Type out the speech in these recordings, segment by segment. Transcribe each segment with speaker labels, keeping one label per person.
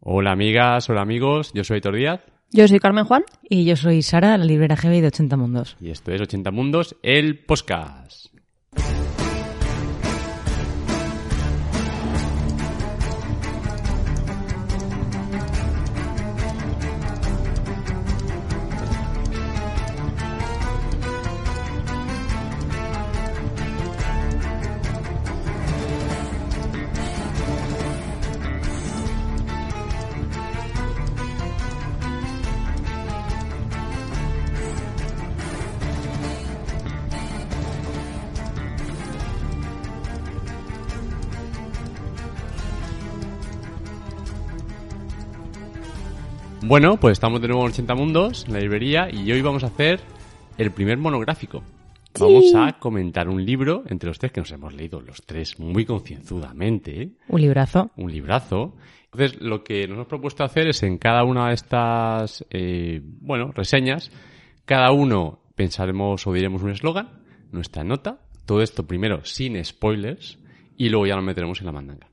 Speaker 1: Hola amigas, hola amigos, yo soy Aitor Díaz
Speaker 2: Yo soy Carmen Juan.
Speaker 3: Y yo soy Sara, la librera GB de 80 Mundos.
Speaker 1: y esto es 80 Mundos, el podcast. Bueno, pues estamos de nuevo en 80 Mundos, en la librería, y hoy vamos a hacer el primer monográfico. Vamos a comentar un libro entre los tres que nos hemos leído, los tres muy concienzudamente, ¿eh?
Speaker 3: Un librazo.
Speaker 1: un librazo. Entonces, lo que nos hemos propuesto hacer es en cada una de estas, eh, bueno, reseñas, cada uno pensaremos o diremos un eslogan, nuestra nota, todo esto primero sin spoilers, y luego ya lo meteremos en la mandanga.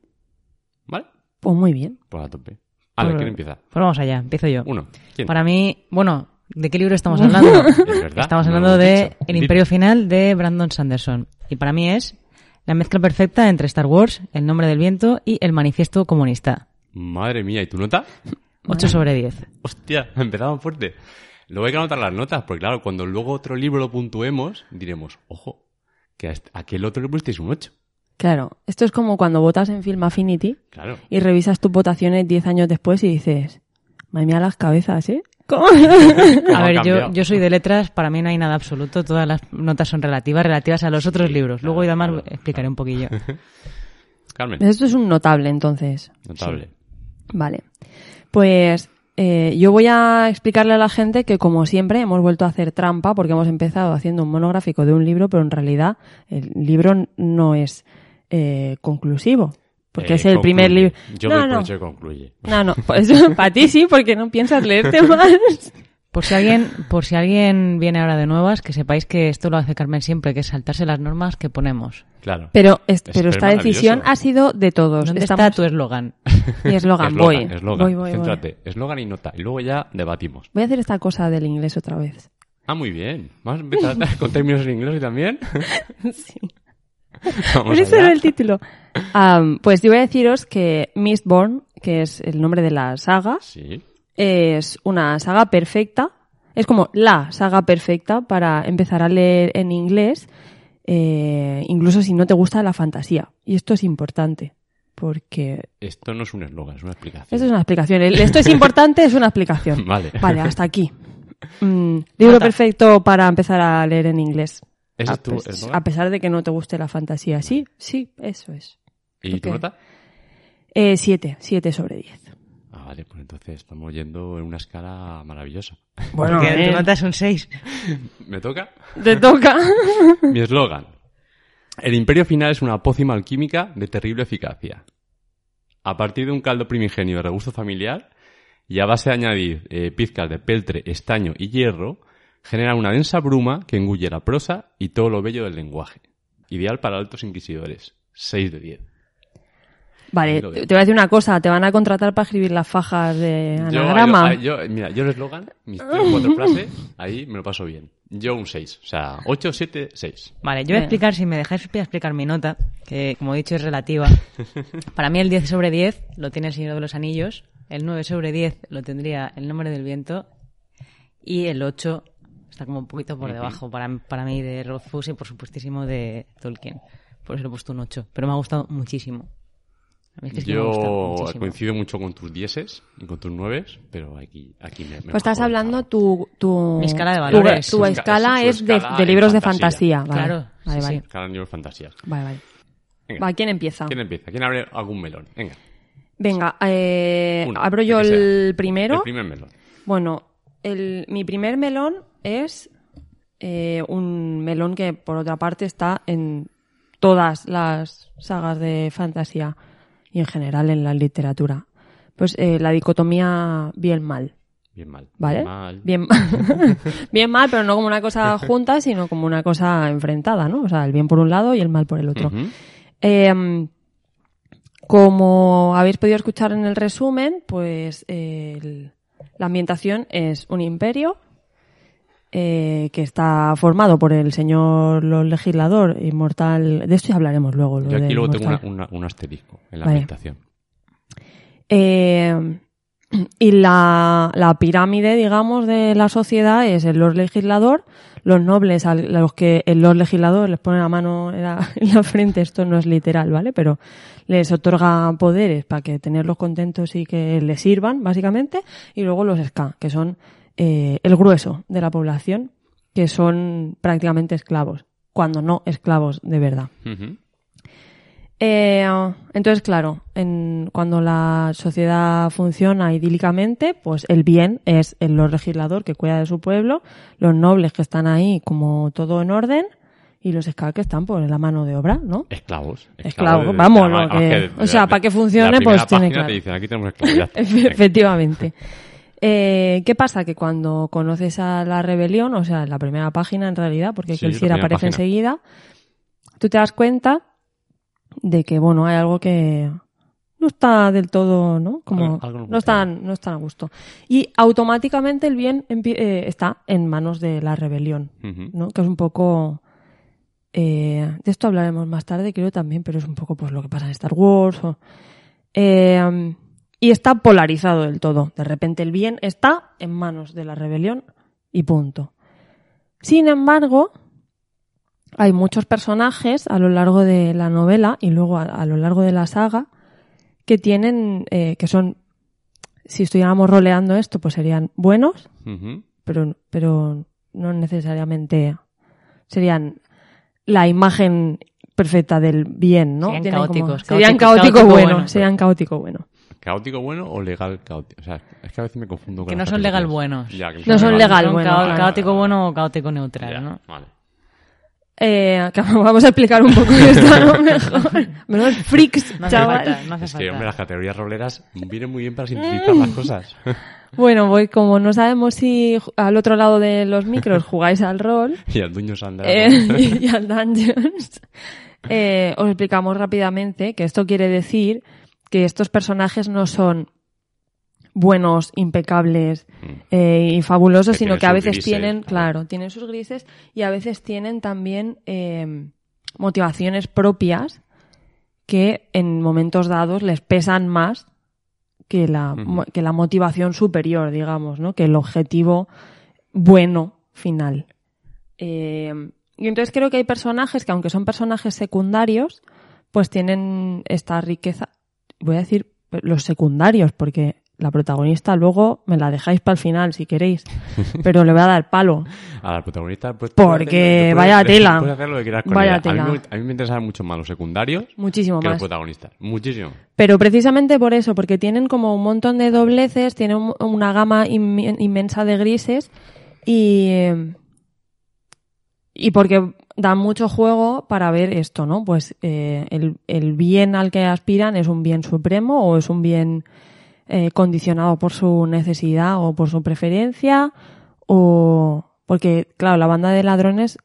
Speaker 1: ¿Vale?
Speaker 3: Pues muy bien.
Speaker 1: Por la tope. A ver,
Speaker 3: Pues-
Speaker 1: ¿quién empieza?
Speaker 3: Pues vamos allá, empiezo yo.
Speaker 1: Uno. ¿Quién?
Speaker 3: Para mí, bueno, ¿de qué libro estamos hablando?
Speaker 1: Es verdad,
Speaker 3: Estamos
Speaker 1: no lo
Speaker 3: hablando
Speaker 1: hemos
Speaker 3: de
Speaker 1: dicho.
Speaker 3: El
Speaker 1: Di-
Speaker 3: Imperio Final de Brandon Sanderson. Y para mí es la mezcla perfecta entre Star Wars, El Nombre del Viento y El Manifiesto Comunista.
Speaker 1: Madre mía, ¿y tu nota?
Speaker 3: 8 sobre 10.
Speaker 1: Hostia, empezamos fuerte. Luego hay que anotar las notas, porque claro, cuando luego otro libro lo puntuemos, diremos, ojo, que a este- a aquel otro le pusisteis un 8.
Speaker 2: Claro, esto es como cuando votas en Film Affinity
Speaker 1: Claro.
Speaker 2: y revisas tus votaciones 10 años después y dices, madre mía, las cabezas, ¿eh? ¿Cómo?
Speaker 1: ¿Cómo
Speaker 3: A
Speaker 1: ha
Speaker 3: ver, yo,
Speaker 1: cambiado?
Speaker 3: yo soy de letras, para mí no hay nada absoluto, todas las notas son relativas, relativas a los otros libros. Luego
Speaker 1: claro,
Speaker 3: y demás
Speaker 1: claro,
Speaker 3: explicaré un poquillo.
Speaker 1: Carmen,
Speaker 2: Esto es un notable, entonces.
Speaker 1: notable.
Speaker 2: Vale. Pues eh, yo voy a explicarle a la gente que, como siempre, hemos vuelto a hacer trampa porque hemos empezado haciendo un monográfico de un libro, pero en realidad el libro no es eh, conclusivo. Porque
Speaker 1: Eh,
Speaker 2: es el
Speaker 1: concluye.
Speaker 2: primer libro.
Speaker 1: Yo
Speaker 2: no,
Speaker 1: voy por
Speaker 2: no.
Speaker 1: hecho que concluye.
Speaker 2: no, no. Pues para ti sí, porque no piensas leerte más.
Speaker 3: Por si alguien, por si alguien viene ahora de nuevas, que sepáis que esto lo hace Carmen siempre, que es saltarse las normas que ponemos.
Speaker 1: Claro.
Speaker 2: Pero, es-
Speaker 1: Pero
Speaker 2: pero
Speaker 1: es
Speaker 2: esta decisión
Speaker 1: maravilloso.
Speaker 2: ha sido de todos.
Speaker 3: ¿Dónde
Speaker 2: Estamos-
Speaker 3: está tu eslogan?
Speaker 2: Mi eslogan, voy.
Speaker 1: eslogan.
Speaker 2: Voy, voy, voy.
Speaker 1: Céntrate, eslogan y nota. Y luego ya debatimos.
Speaker 2: Voy a hacer esta cosa del inglés otra vez.
Speaker 1: Ah, muy bien. Vamos a empezar con términos en inglés y también.
Speaker 2: Sí.
Speaker 1: Vamos
Speaker 2: Pero ese
Speaker 1: allá.
Speaker 2: era el título. Am, pues yo voy a deciros que Mistborn, que es el nombre de la saga,
Speaker 1: Sí.
Speaker 2: es una saga perfecta. Es como la saga perfecta para empezar a leer en inglés, eh, incluso si no te gusta la fantasía. Y esto es importante, porque...
Speaker 1: Esto no es un eslogan, es una explicación.
Speaker 2: Esto es una explicación. El esto es importante es una explicación.
Speaker 1: Vale.
Speaker 2: Vale, hasta aquí. Mm, libro
Speaker 3: Nota.
Speaker 2: perfecto para empezar a leer en inglés.
Speaker 1: Ese
Speaker 2: a,
Speaker 1: es tu
Speaker 2: pes-
Speaker 1: eslogan.
Speaker 2: a pesar de que no te guste la fantasía. Sí, sí, eso es.
Speaker 1: ¿Y tu
Speaker 2: ok.
Speaker 1: nota?
Speaker 2: Eh, siete, siete sobre diez.
Speaker 1: Ah, vale, pues entonces estamos yendo en una escala maravillosa.
Speaker 2: Bueno, eh,
Speaker 3: Porque tu nota es un 6.
Speaker 1: ¿Me toca?
Speaker 2: te toca.
Speaker 1: Mi eslogan. El imperio final es una pócima alquímica de terrible eficacia. A partir de un caldo primigenio de regusto familiar y a base de añadir eh, pizcas de peltre, estaño y hierro, genera una densa bruma que engulle la prosa y todo lo bello del lenguaje. Ideal para altos inquisidores. 6 de 10.
Speaker 2: Vale,
Speaker 1: Lo
Speaker 2: te
Speaker 1: veo.
Speaker 2: voy a decir una cosa, te van a contratar para escribir las fajas de
Speaker 1: Yo,
Speaker 2: anagrama.
Speaker 1: ahí lo- ahí yo- mira, yo el eslogan, mis tres o cuatro frases, ahí me lo paso bien. Yo un 6. O sea, 8, 7, 6.
Speaker 3: Vale, yo voy a
Speaker 2: Venga.
Speaker 3: explicar, si me dejáis explicar mi nota, que como he dicho es relativa. Para mí el 10 sobre 10 lo tiene el Señor de los Anillos, el 9 sobre 10 lo tendría el Nombre del Viento y el 8 está como un poquito por debajo para, para mí de Rothfuss y por supuestísimo de Tolkien. Por eso le he puesto un 8, pero me ha gustado muchísimo.
Speaker 2: Este
Speaker 3: A mí es que sí que me ha gustado
Speaker 1: Yo
Speaker 3: muchísimo.
Speaker 1: coincido mucho con tus dieses y con tus nueves, pero aquí, aquí me, me
Speaker 2: pues estás
Speaker 1: bajo el
Speaker 2: hablando
Speaker 1: carro.
Speaker 2: tu, tu...
Speaker 3: Mi escala de
Speaker 2: tu-
Speaker 3: valores.
Speaker 2: Tu,
Speaker 3: Su
Speaker 2: escala
Speaker 1: esca- su
Speaker 2: es de,
Speaker 1: escala
Speaker 2: de
Speaker 1: en
Speaker 2: libros de
Speaker 1: fantasía.
Speaker 2: fantasía. Vale.
Speaker 3: Claro,
Speaker 2: Vale,
Speaker 3: sí,
Speaker 2: vale.
Speaker 3: sí.
Speaker 1: Cada nivel fantasía.
Speaker 2: Vale, vale.
Speaker 1: Venga.
Speaker 2: Va, ¿quién empieza?
Speaker 1: ¿Quién empieza? ¿Quién abre algún melón? Venga.
Speaker 2: Venga, eh,
Speaker 1: uno,
Speaker 2: abro yo
Speaker 1: el que
Speaker 2: el
Speaker 1: sea.
Speaker 2: primero.
Speaker 1: El primer melón.
Speaker 2: Bueno, el, mi primer melón es eh, un melón que, por otra parte, está en todas las sagas de fantasía y en general en la literatura. Pues eh, la dicotomía bien-mal,
Speaker 1: Bien mal.
Speaker 2: ¿vale?
Speaker 1: Bien mal.
Speaker 2: Bien, bien mal, pero no como una cosa junta, sino como una cosa enfrentada, ¿no? O sea, el bien por un lado y el mal por el otro.
Speaker 1: Ujú.
Speaker 2: Eh, Em, Como habéis podido escuchar en el resumen, pues eh, el- la ambientación es un imperio eh, que está formado por el señor lo- legislador inmortal. De esto ya hablaremos luego. lo
Speaker 1: Yo aquí
Speaker 2: del
Speaker 1: luego tengo una-
Speaker 2: inmortal.
Speaker 1: una- un asterisco en la
Speaker 2: Vale.
Speaker 1: ambientación.
Speaker 2: Eh, y la, la pirámide, digamos, de la sociedad es el Lord Legislador, los nobles a los que el Lord Legislador les pone la mano en la, en la frente, esto no es literal, ¿vale? Pero les otorga poderes para que tenerlos contentos y que les sirvan, básicamente, y luego los ska, que son eh, el grueso de la población, que son prácticamente esclavos, cuando no esclavos de verdad.
Speaker 1: Ujú.
Speaker 2: Eh, entonces, claro, en, cuando la sociedad funciona idílicamente, pues el bien es el Lord legislador que cuida de su pueblo, los nobles que están ahí como todo en orden y los esclavos que están por la mano de obra, ¿no?
Speaker 1: Esclavos.
Speaker 2: Esclavos,
Speaker 1: de-
Speaker 2: vamos,
Speaker 1: de-
Speaker 2: lo
Speaker 1: además
Speaker 2: que-
Speaker 1: de-
Speaker 2: o sea,
Speaker 1: de-
Speaker 2: para que
Speaker 1: la
Speaker 2: funcione, pues,
Speaker 1: primera
Speaker 2: tiene
Speaker 1: página
Speaker 2: claro.
Speaker 1: te dicen, aquí tenemos esclavos. ya está.
Speaker 2: Efe- Efectivamente. Eh, ¿Qué pasa? Que cuando conoces a la rebelión, o sea, en la primera página en realidad, porque
Speaker 1: Sí,
Speaker 2: Kelsier
Speaker 1: la primera
Speaker 2: aparece
Speaker 1: página.
Speaker 2: enseguida, tú te das cuenta de que, bueno, hay algo que no está del todo, ¿no? Como
Speaker 1: Algo- algo no
Speaker 2: no, están, no están a gusto. Y automáticamente el bien empie- eh, está en manos de la rebelión,
Speaker 1: Ujú.
Speaker 2: ¿no? Que es un poco... eh, de esto hablaremos más tarde, creo también, pero es un poco pues lo que pasa en Star Wars. o- eh, y está polarizado del todo. De repente el bien está en manos de la rebelión y punto. Sin embargo, hay muchos personajes a lo largo de la novela y luego a, a lo largo de la saga que tienen, eh, que son, si estuviéramos roleando esto, pues serían buenos,
Speaker 1: Ujú.
Speaker 2: pero, pero no necesariamente serían la imagen perfecta del bien, ¿no?
Speaker 3: Serían
Speaker 2: Tienen como-
Speaker 3: caóticos,
Speaker 2: serían
Speaker 3: caótico-
Speaker 2: caótico,
Speaker 3: caótico
Speaker 2: bueno,
Speaker 3: bueno.
Speaker 2: serían caótico bueno.
Speaker 1: ¿Caótico bueno o legal caótico? O sea, es que a veces me confundo con
Speaker 3: Que
Speaker 1: las
Speaker 3: no son legal
Speaker 1: categorías.
Speaker 3: buenos.
Speaker 1: Ya, que
Speaker 2: No son legal
Speaker 3: Son
Speaker 2: bueno,
Speaker 3: cao-
Speaker 2: claro.
Speaker 3: caótico bueno o caótico neutral,
Speaker 1: Ya,
Speaker 3: ¿no?
Speaker 1: Vale.
Speaker 2: Eh, que vamos a explicar un poco esto, ¿no? Mejor. Menos freaks,
Speaker 3: No hace falta,
Speaker 2: chaval.
Speaker 3: no hace
Speaker 1: Es que,
Speaker 3: falta.
Speaker 1: hombre, las categorías roleras vienen muy
Speaker 2: Mm.
Speaker 1: bien para simplificar las cosas.
Speaker 2: Bueno, voy, como no sabemos si ju- al otro lado de los micros jugáis al rol
Speaker 1: y al dueño Sandra.
Speaker 2: eh, y al Dungeons, eh, os explicamos rápidamente que esto quiere decir que estos personajes no son buenos, impecables
Speaker 1: Mm.
Speaker 2: eh, y fabulosos,
Speaker 1: Que
Speaker 2: sino
Speaker 1: tienen
Speaker 2: que a
Speaker 1: sus
Speaker 2: veces
Speaker 1: grises,
Speaker 2: tienen,
Speaker 1: ajá.
Speaker 2: claro, tienen sus grises y a veces tienen también eh, motivaciones propias que en momentos dados les pesan más que la,
Speaker 1: Ujú.
Speaker 2: mo- que la motivación superior, digamos, ¿no? Que el objetivo bueno final. Eh, y entonces creo que hay personajes que, aunque son personajes secundarios, pues tienen esta riqueza. Voy a decir los secundarios, porque la protagonista luego me la dejáis para el final si queréis, pero le voy a dar palo.
Speaker 1: A la protagonista, pues.
Speaker 2: Porque
Speaker 1: puedes-
Speaker 2: vaya
Speaker 1: puedes-
Speaker 2: tela.
Speaker 1: puedes hacer lo que quieras con
Speaker 2: Vaya
Speaker 1: ella. A,
Speaker 2: tela.
Speaker 1: mí, me- a mí me interesan mucho más los secundarios
Speaker 2: Muchísimo
Speaker 1: que los
Speaker 2: más.
Speaker 1: protagonistas. Muchísimo.
Speaker 2: Pero precisamente por eso, porque tienen como un montón de dobleces, tienen un- una gama inmi- inmensa de grises y, eh, y porque dan mucho juego para ver esto, ¿no? Pues eh, el, el bien al que aspiran es un bien supremo o es un bien eh, condicionado por su necesidad o por su preferencia o porque, claro, la banda de ladrones,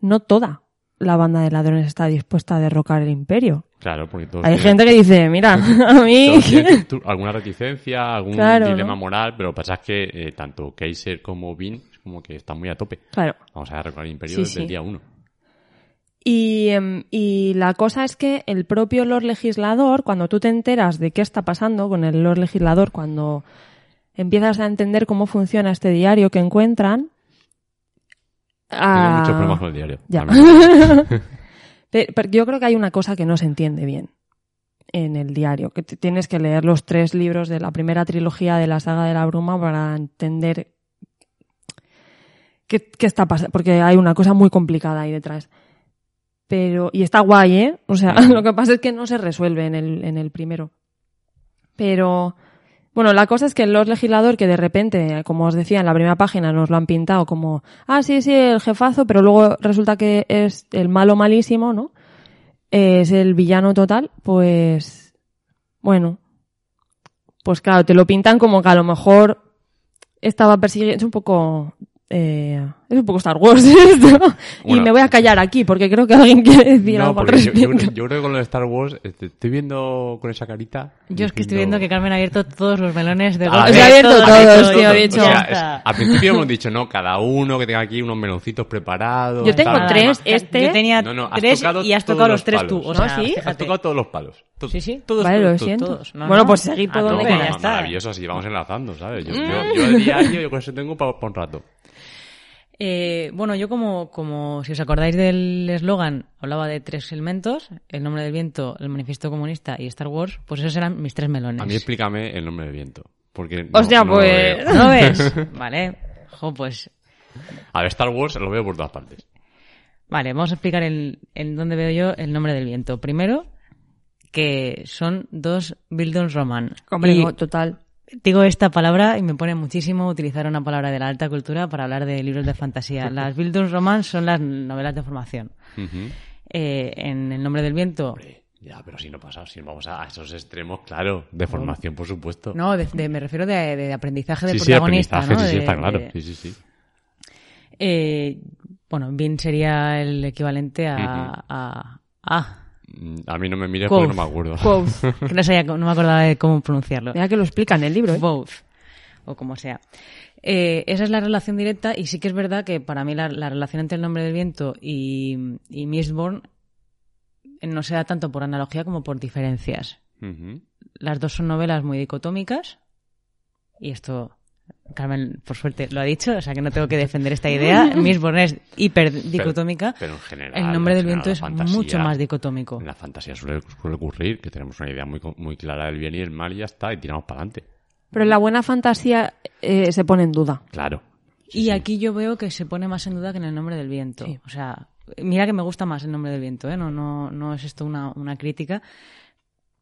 Speaker 2: no toda la banda de ladrones está dispuesta a derrocar el imperio.
Speaker 1: Claro, porque todos.
Speaker 2: Hay
Speaker 1: tienen-
Speaker 2: gente que dice, mira, a mí...
Speaker 1: todos tienen tu- alguna reticencia, algún
Speaker 2: Claro,
Speaker 1: dilema
Speaker 2: ¿no?
Speaker 1: moral, pero lo que pasa es que eh, tanto Kaiser como Bean es como que están muy a tope.
Speaker 2: Claro.
Speaker 1: Vamos a recorrer el imperio
Speaker 2: Sí,
Speaker 1: desde
Speaker 2: sí.
Speaker 1: el día uno.
Speaker 2: Y, em, y la cosa es que el propio Lord Legislador, cuando tú te enteras de qué está pasando con el Lord Legislador, cuando empiezas a entender cómo funciona este diario que encuentran...
Speaker 1: Tengo
Speaker 2: ah,
Speaker 1: muchos problemas con el diario.
Speaker 2: ya.
Speaker 1: también.
Speaker 2: Pe- pero yo creo que hay una cosa que no se entiende bien en el diario, que t- tienes que leer los tres libros de la primera trilogía de la saga de la bruma para entender qué, qué está pasando, porque hay una cosa muy complicada ahí detrás. Pero, y está guay, ¿eh? O sea,
Speaker 1: Ujú.
Speaker 2: lo que pasa es que no se resuelve en el, en el primero. Pero, bueno, la cosa es que el Lord Legislador, que de repente, como os decía en la primera página, nos lo han pintado como, ah, sí, sí, el jefazo, pero luego resulta que es el malo malísimo, ¿no? Eh, Es el villano total, pues, bueno, pues claro, te lo pintan como que a lo mejor estaba persiguiendo, es un poco eh, es un poco Star Wars esto. y
Speaker 1: Bueno.
Speaker 2: me voy a callar aquí porque creo que alguien quiere decir
Speaker 1: No,
Speaker 2: algo al
Speaker 1: porque yo, yo
Speaker 2: respecto.
Speaker 1: creo- yo creo que con lo de Star Wars este, estoy viendo con esa carita.
Speaker 3: Yo es que estoy
Speaker 1: diciendo-
Speaker 3: viendo que Carmen ha abierto todos los melones de
Speaker 1: A
Speaker 3: golpe.
Speaker 1: la vez.
Speaker 2: Se ha abierto
Speaker 3: Todos,
Speaker 2: todos,
Speaker 3: todos,
Speaker 2: tío,
Speaker 3: todos.
Speaker 2: he dicho.
Speaker 3: Ya
Speaker 1: O sea,
Speaker 3: está.
Speaker 1: es- al principio hemos dicho, no, cada uno que tenga aquí unos meloncitos preparados.
Speaker 2: Yo tengo
Speaker 1: tal.
Speaker 2: tres, este-
Speaker 3: Yo tenía
Speaker 1: No, no, has
Speaker 3: tres
Speaker 1: tocado
Speaker 3: y has
Speaker 1: todos
Speaker 3: tocado los
Speaker 1: los
Speaker 3: tres
Speaker 1: palos.
Speaker 3: tú. O
Speaker 1: No,
Speaker 3: sea,
Speaker 2: sí.
Speaker 1: Has
Speaker 3: fíjate.
Speaker 1: tocado todos los palos. To-
Speaker 3: Sí, sí.
Speaker 1: Todos,
Speaker 2: Vale,
Speaker 1: todos,
Speaker 2: lo
Speaker 1: todos,
Speaker 2: siento.
Speaker 1: todos.
Speaker 3: todos. No,
Speaker 2: bueno,
Speaker 3: no.
Speaker 2: pues seguir
Speaker 3: Ah,
Speaker 2: por
Speaker 3: no,
Speaker 2: donde
Speaker 3: bueno,
Speaker 2: queráis.
Speaker 3: ya está. Mm.
Speaker 1: maravilloso, así vamos enlazando, ¿sabes? Yo, yo, yo el diario, yo con eso tengo para un rato.
Speaker 3: Eh, bueno, yo como, como si os acordáis del eslogan, hablaba de tres elementos, el nombre del viento, el manifiesto comunista y Star Wars, pues esos eran mis tres melones.
Speaker 1: A mí explícame el nombre del viento. Porque
Speaker 2: O sea,
Speaker 1: lo
Speaker 2: pues-
Speaker 1: veo.
Speaker 3: ¿No ves? Vale. Jo, pues...
Speaker 1: A ver, Star Wars lo veo por todas partes.
Speaker 3: Vale, vamos a explicar el- en dónde veo yo el nombre del viento. Primero, que son dos Bildons Roman.
Speaker 2: Hombre,
Speaker 3: Y
Speaker 2: no, total.
Speaker 3: digo esta palabra y me pone muchísimo utilizar una palabra de la alta cultura para hablar de libros de fantasía. Las Bildons Roman son las novelas de formación.
Speaker 1: Ujú.
Speaker 3: Eh, en El nombre del viento...
Speaker 1: Ya, pero si no pasa, si no vamos a a esos extremos, claro, de formación, por supuesto.
Speaker 3: No, de, de- me refiero de, de aprendizaje de
Speaker 1: sí, sí,
Speaker 3: protagonista,
Speaker 1: aprendizaje,
Speaker 3: ¿no?
Speaker 1: sí, sí,
Speaker 3: De-
Speaker 1: está claro.
Speaker 3: de-
Speaker 1: Sí, sí, sí.
Speaker 3: eh, bueno, Bin sería el equivalente a... a, a-
Speaker 1: Mm, A mí no me mires
Speaker 3: Quoth.
Speaker 1: porque no me acuerdo.
Speaker 2: Quoth.
Speaker 3: que no, sabía, no me acordaba de cómo pronunciarlo.
Speaker 2: Mira que lo explica en el libro, ¿eh?
Speaker 3: Both, o como sea. Eh, esa es la relación directa y sí que es verdad que para mí la, la relación entre el nombre del viento y, y Mistborn no se da tanto por analogía como por diferencias.
Speaker 1: Ujú.
Speaker 3: las dos son novelas muy dicotómicas y esto Carmen por suerte lo ha dicho o sea que no tengo que defender esta idea Mistborn es hiper dicotómica
Speaker 1: Pero en general.
Speaker 3: el nombre
Speaker 1: en
Speaker 3: del
Speaker 1: general,
Speaker 3: viento
Speaker 1: la
Speaker 3: es
Speaker 1: fantasía-
Speaker 3: mucho más dicotómico
Speaker 1: En la fantasía suele, suele ocurrir que tenemos una idea muy, co- muy clara del bien y el mal y ya está, y tiramos para adelante.
Speaker 2: Pero la buena fantasía eh, se pone en duda.
Speaker 1: Claro. Sí,
Speaker 3: y
Speaker 1: sí.
Speaker 3: aquí yo veo que se pone más en duda que en el nombre del viento
Speaker 2: Sí.
Speaker 3: o sea mira que me gusta más el nombre del viento ¿eh? no no no es esto una, una crítica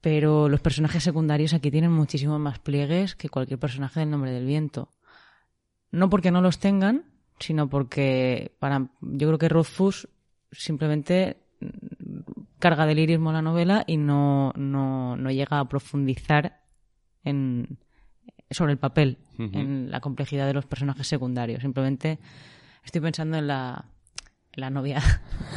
Speaker 3: pero los personajes secundarios aquí tienen muchísimo más pliegues que cualquier personaje del nombre del viento no porque no los tengan, sino porque para yo creo que Rothfuss simplemente mm, carga de lirismo la novela y no, no, no llega a profundizar en, sobre el papel,
Speaker 1: Ujú.
Speaker 3: en la complejidad de los personajes secundarios. Simplemente estoy pensando en la, en la novia,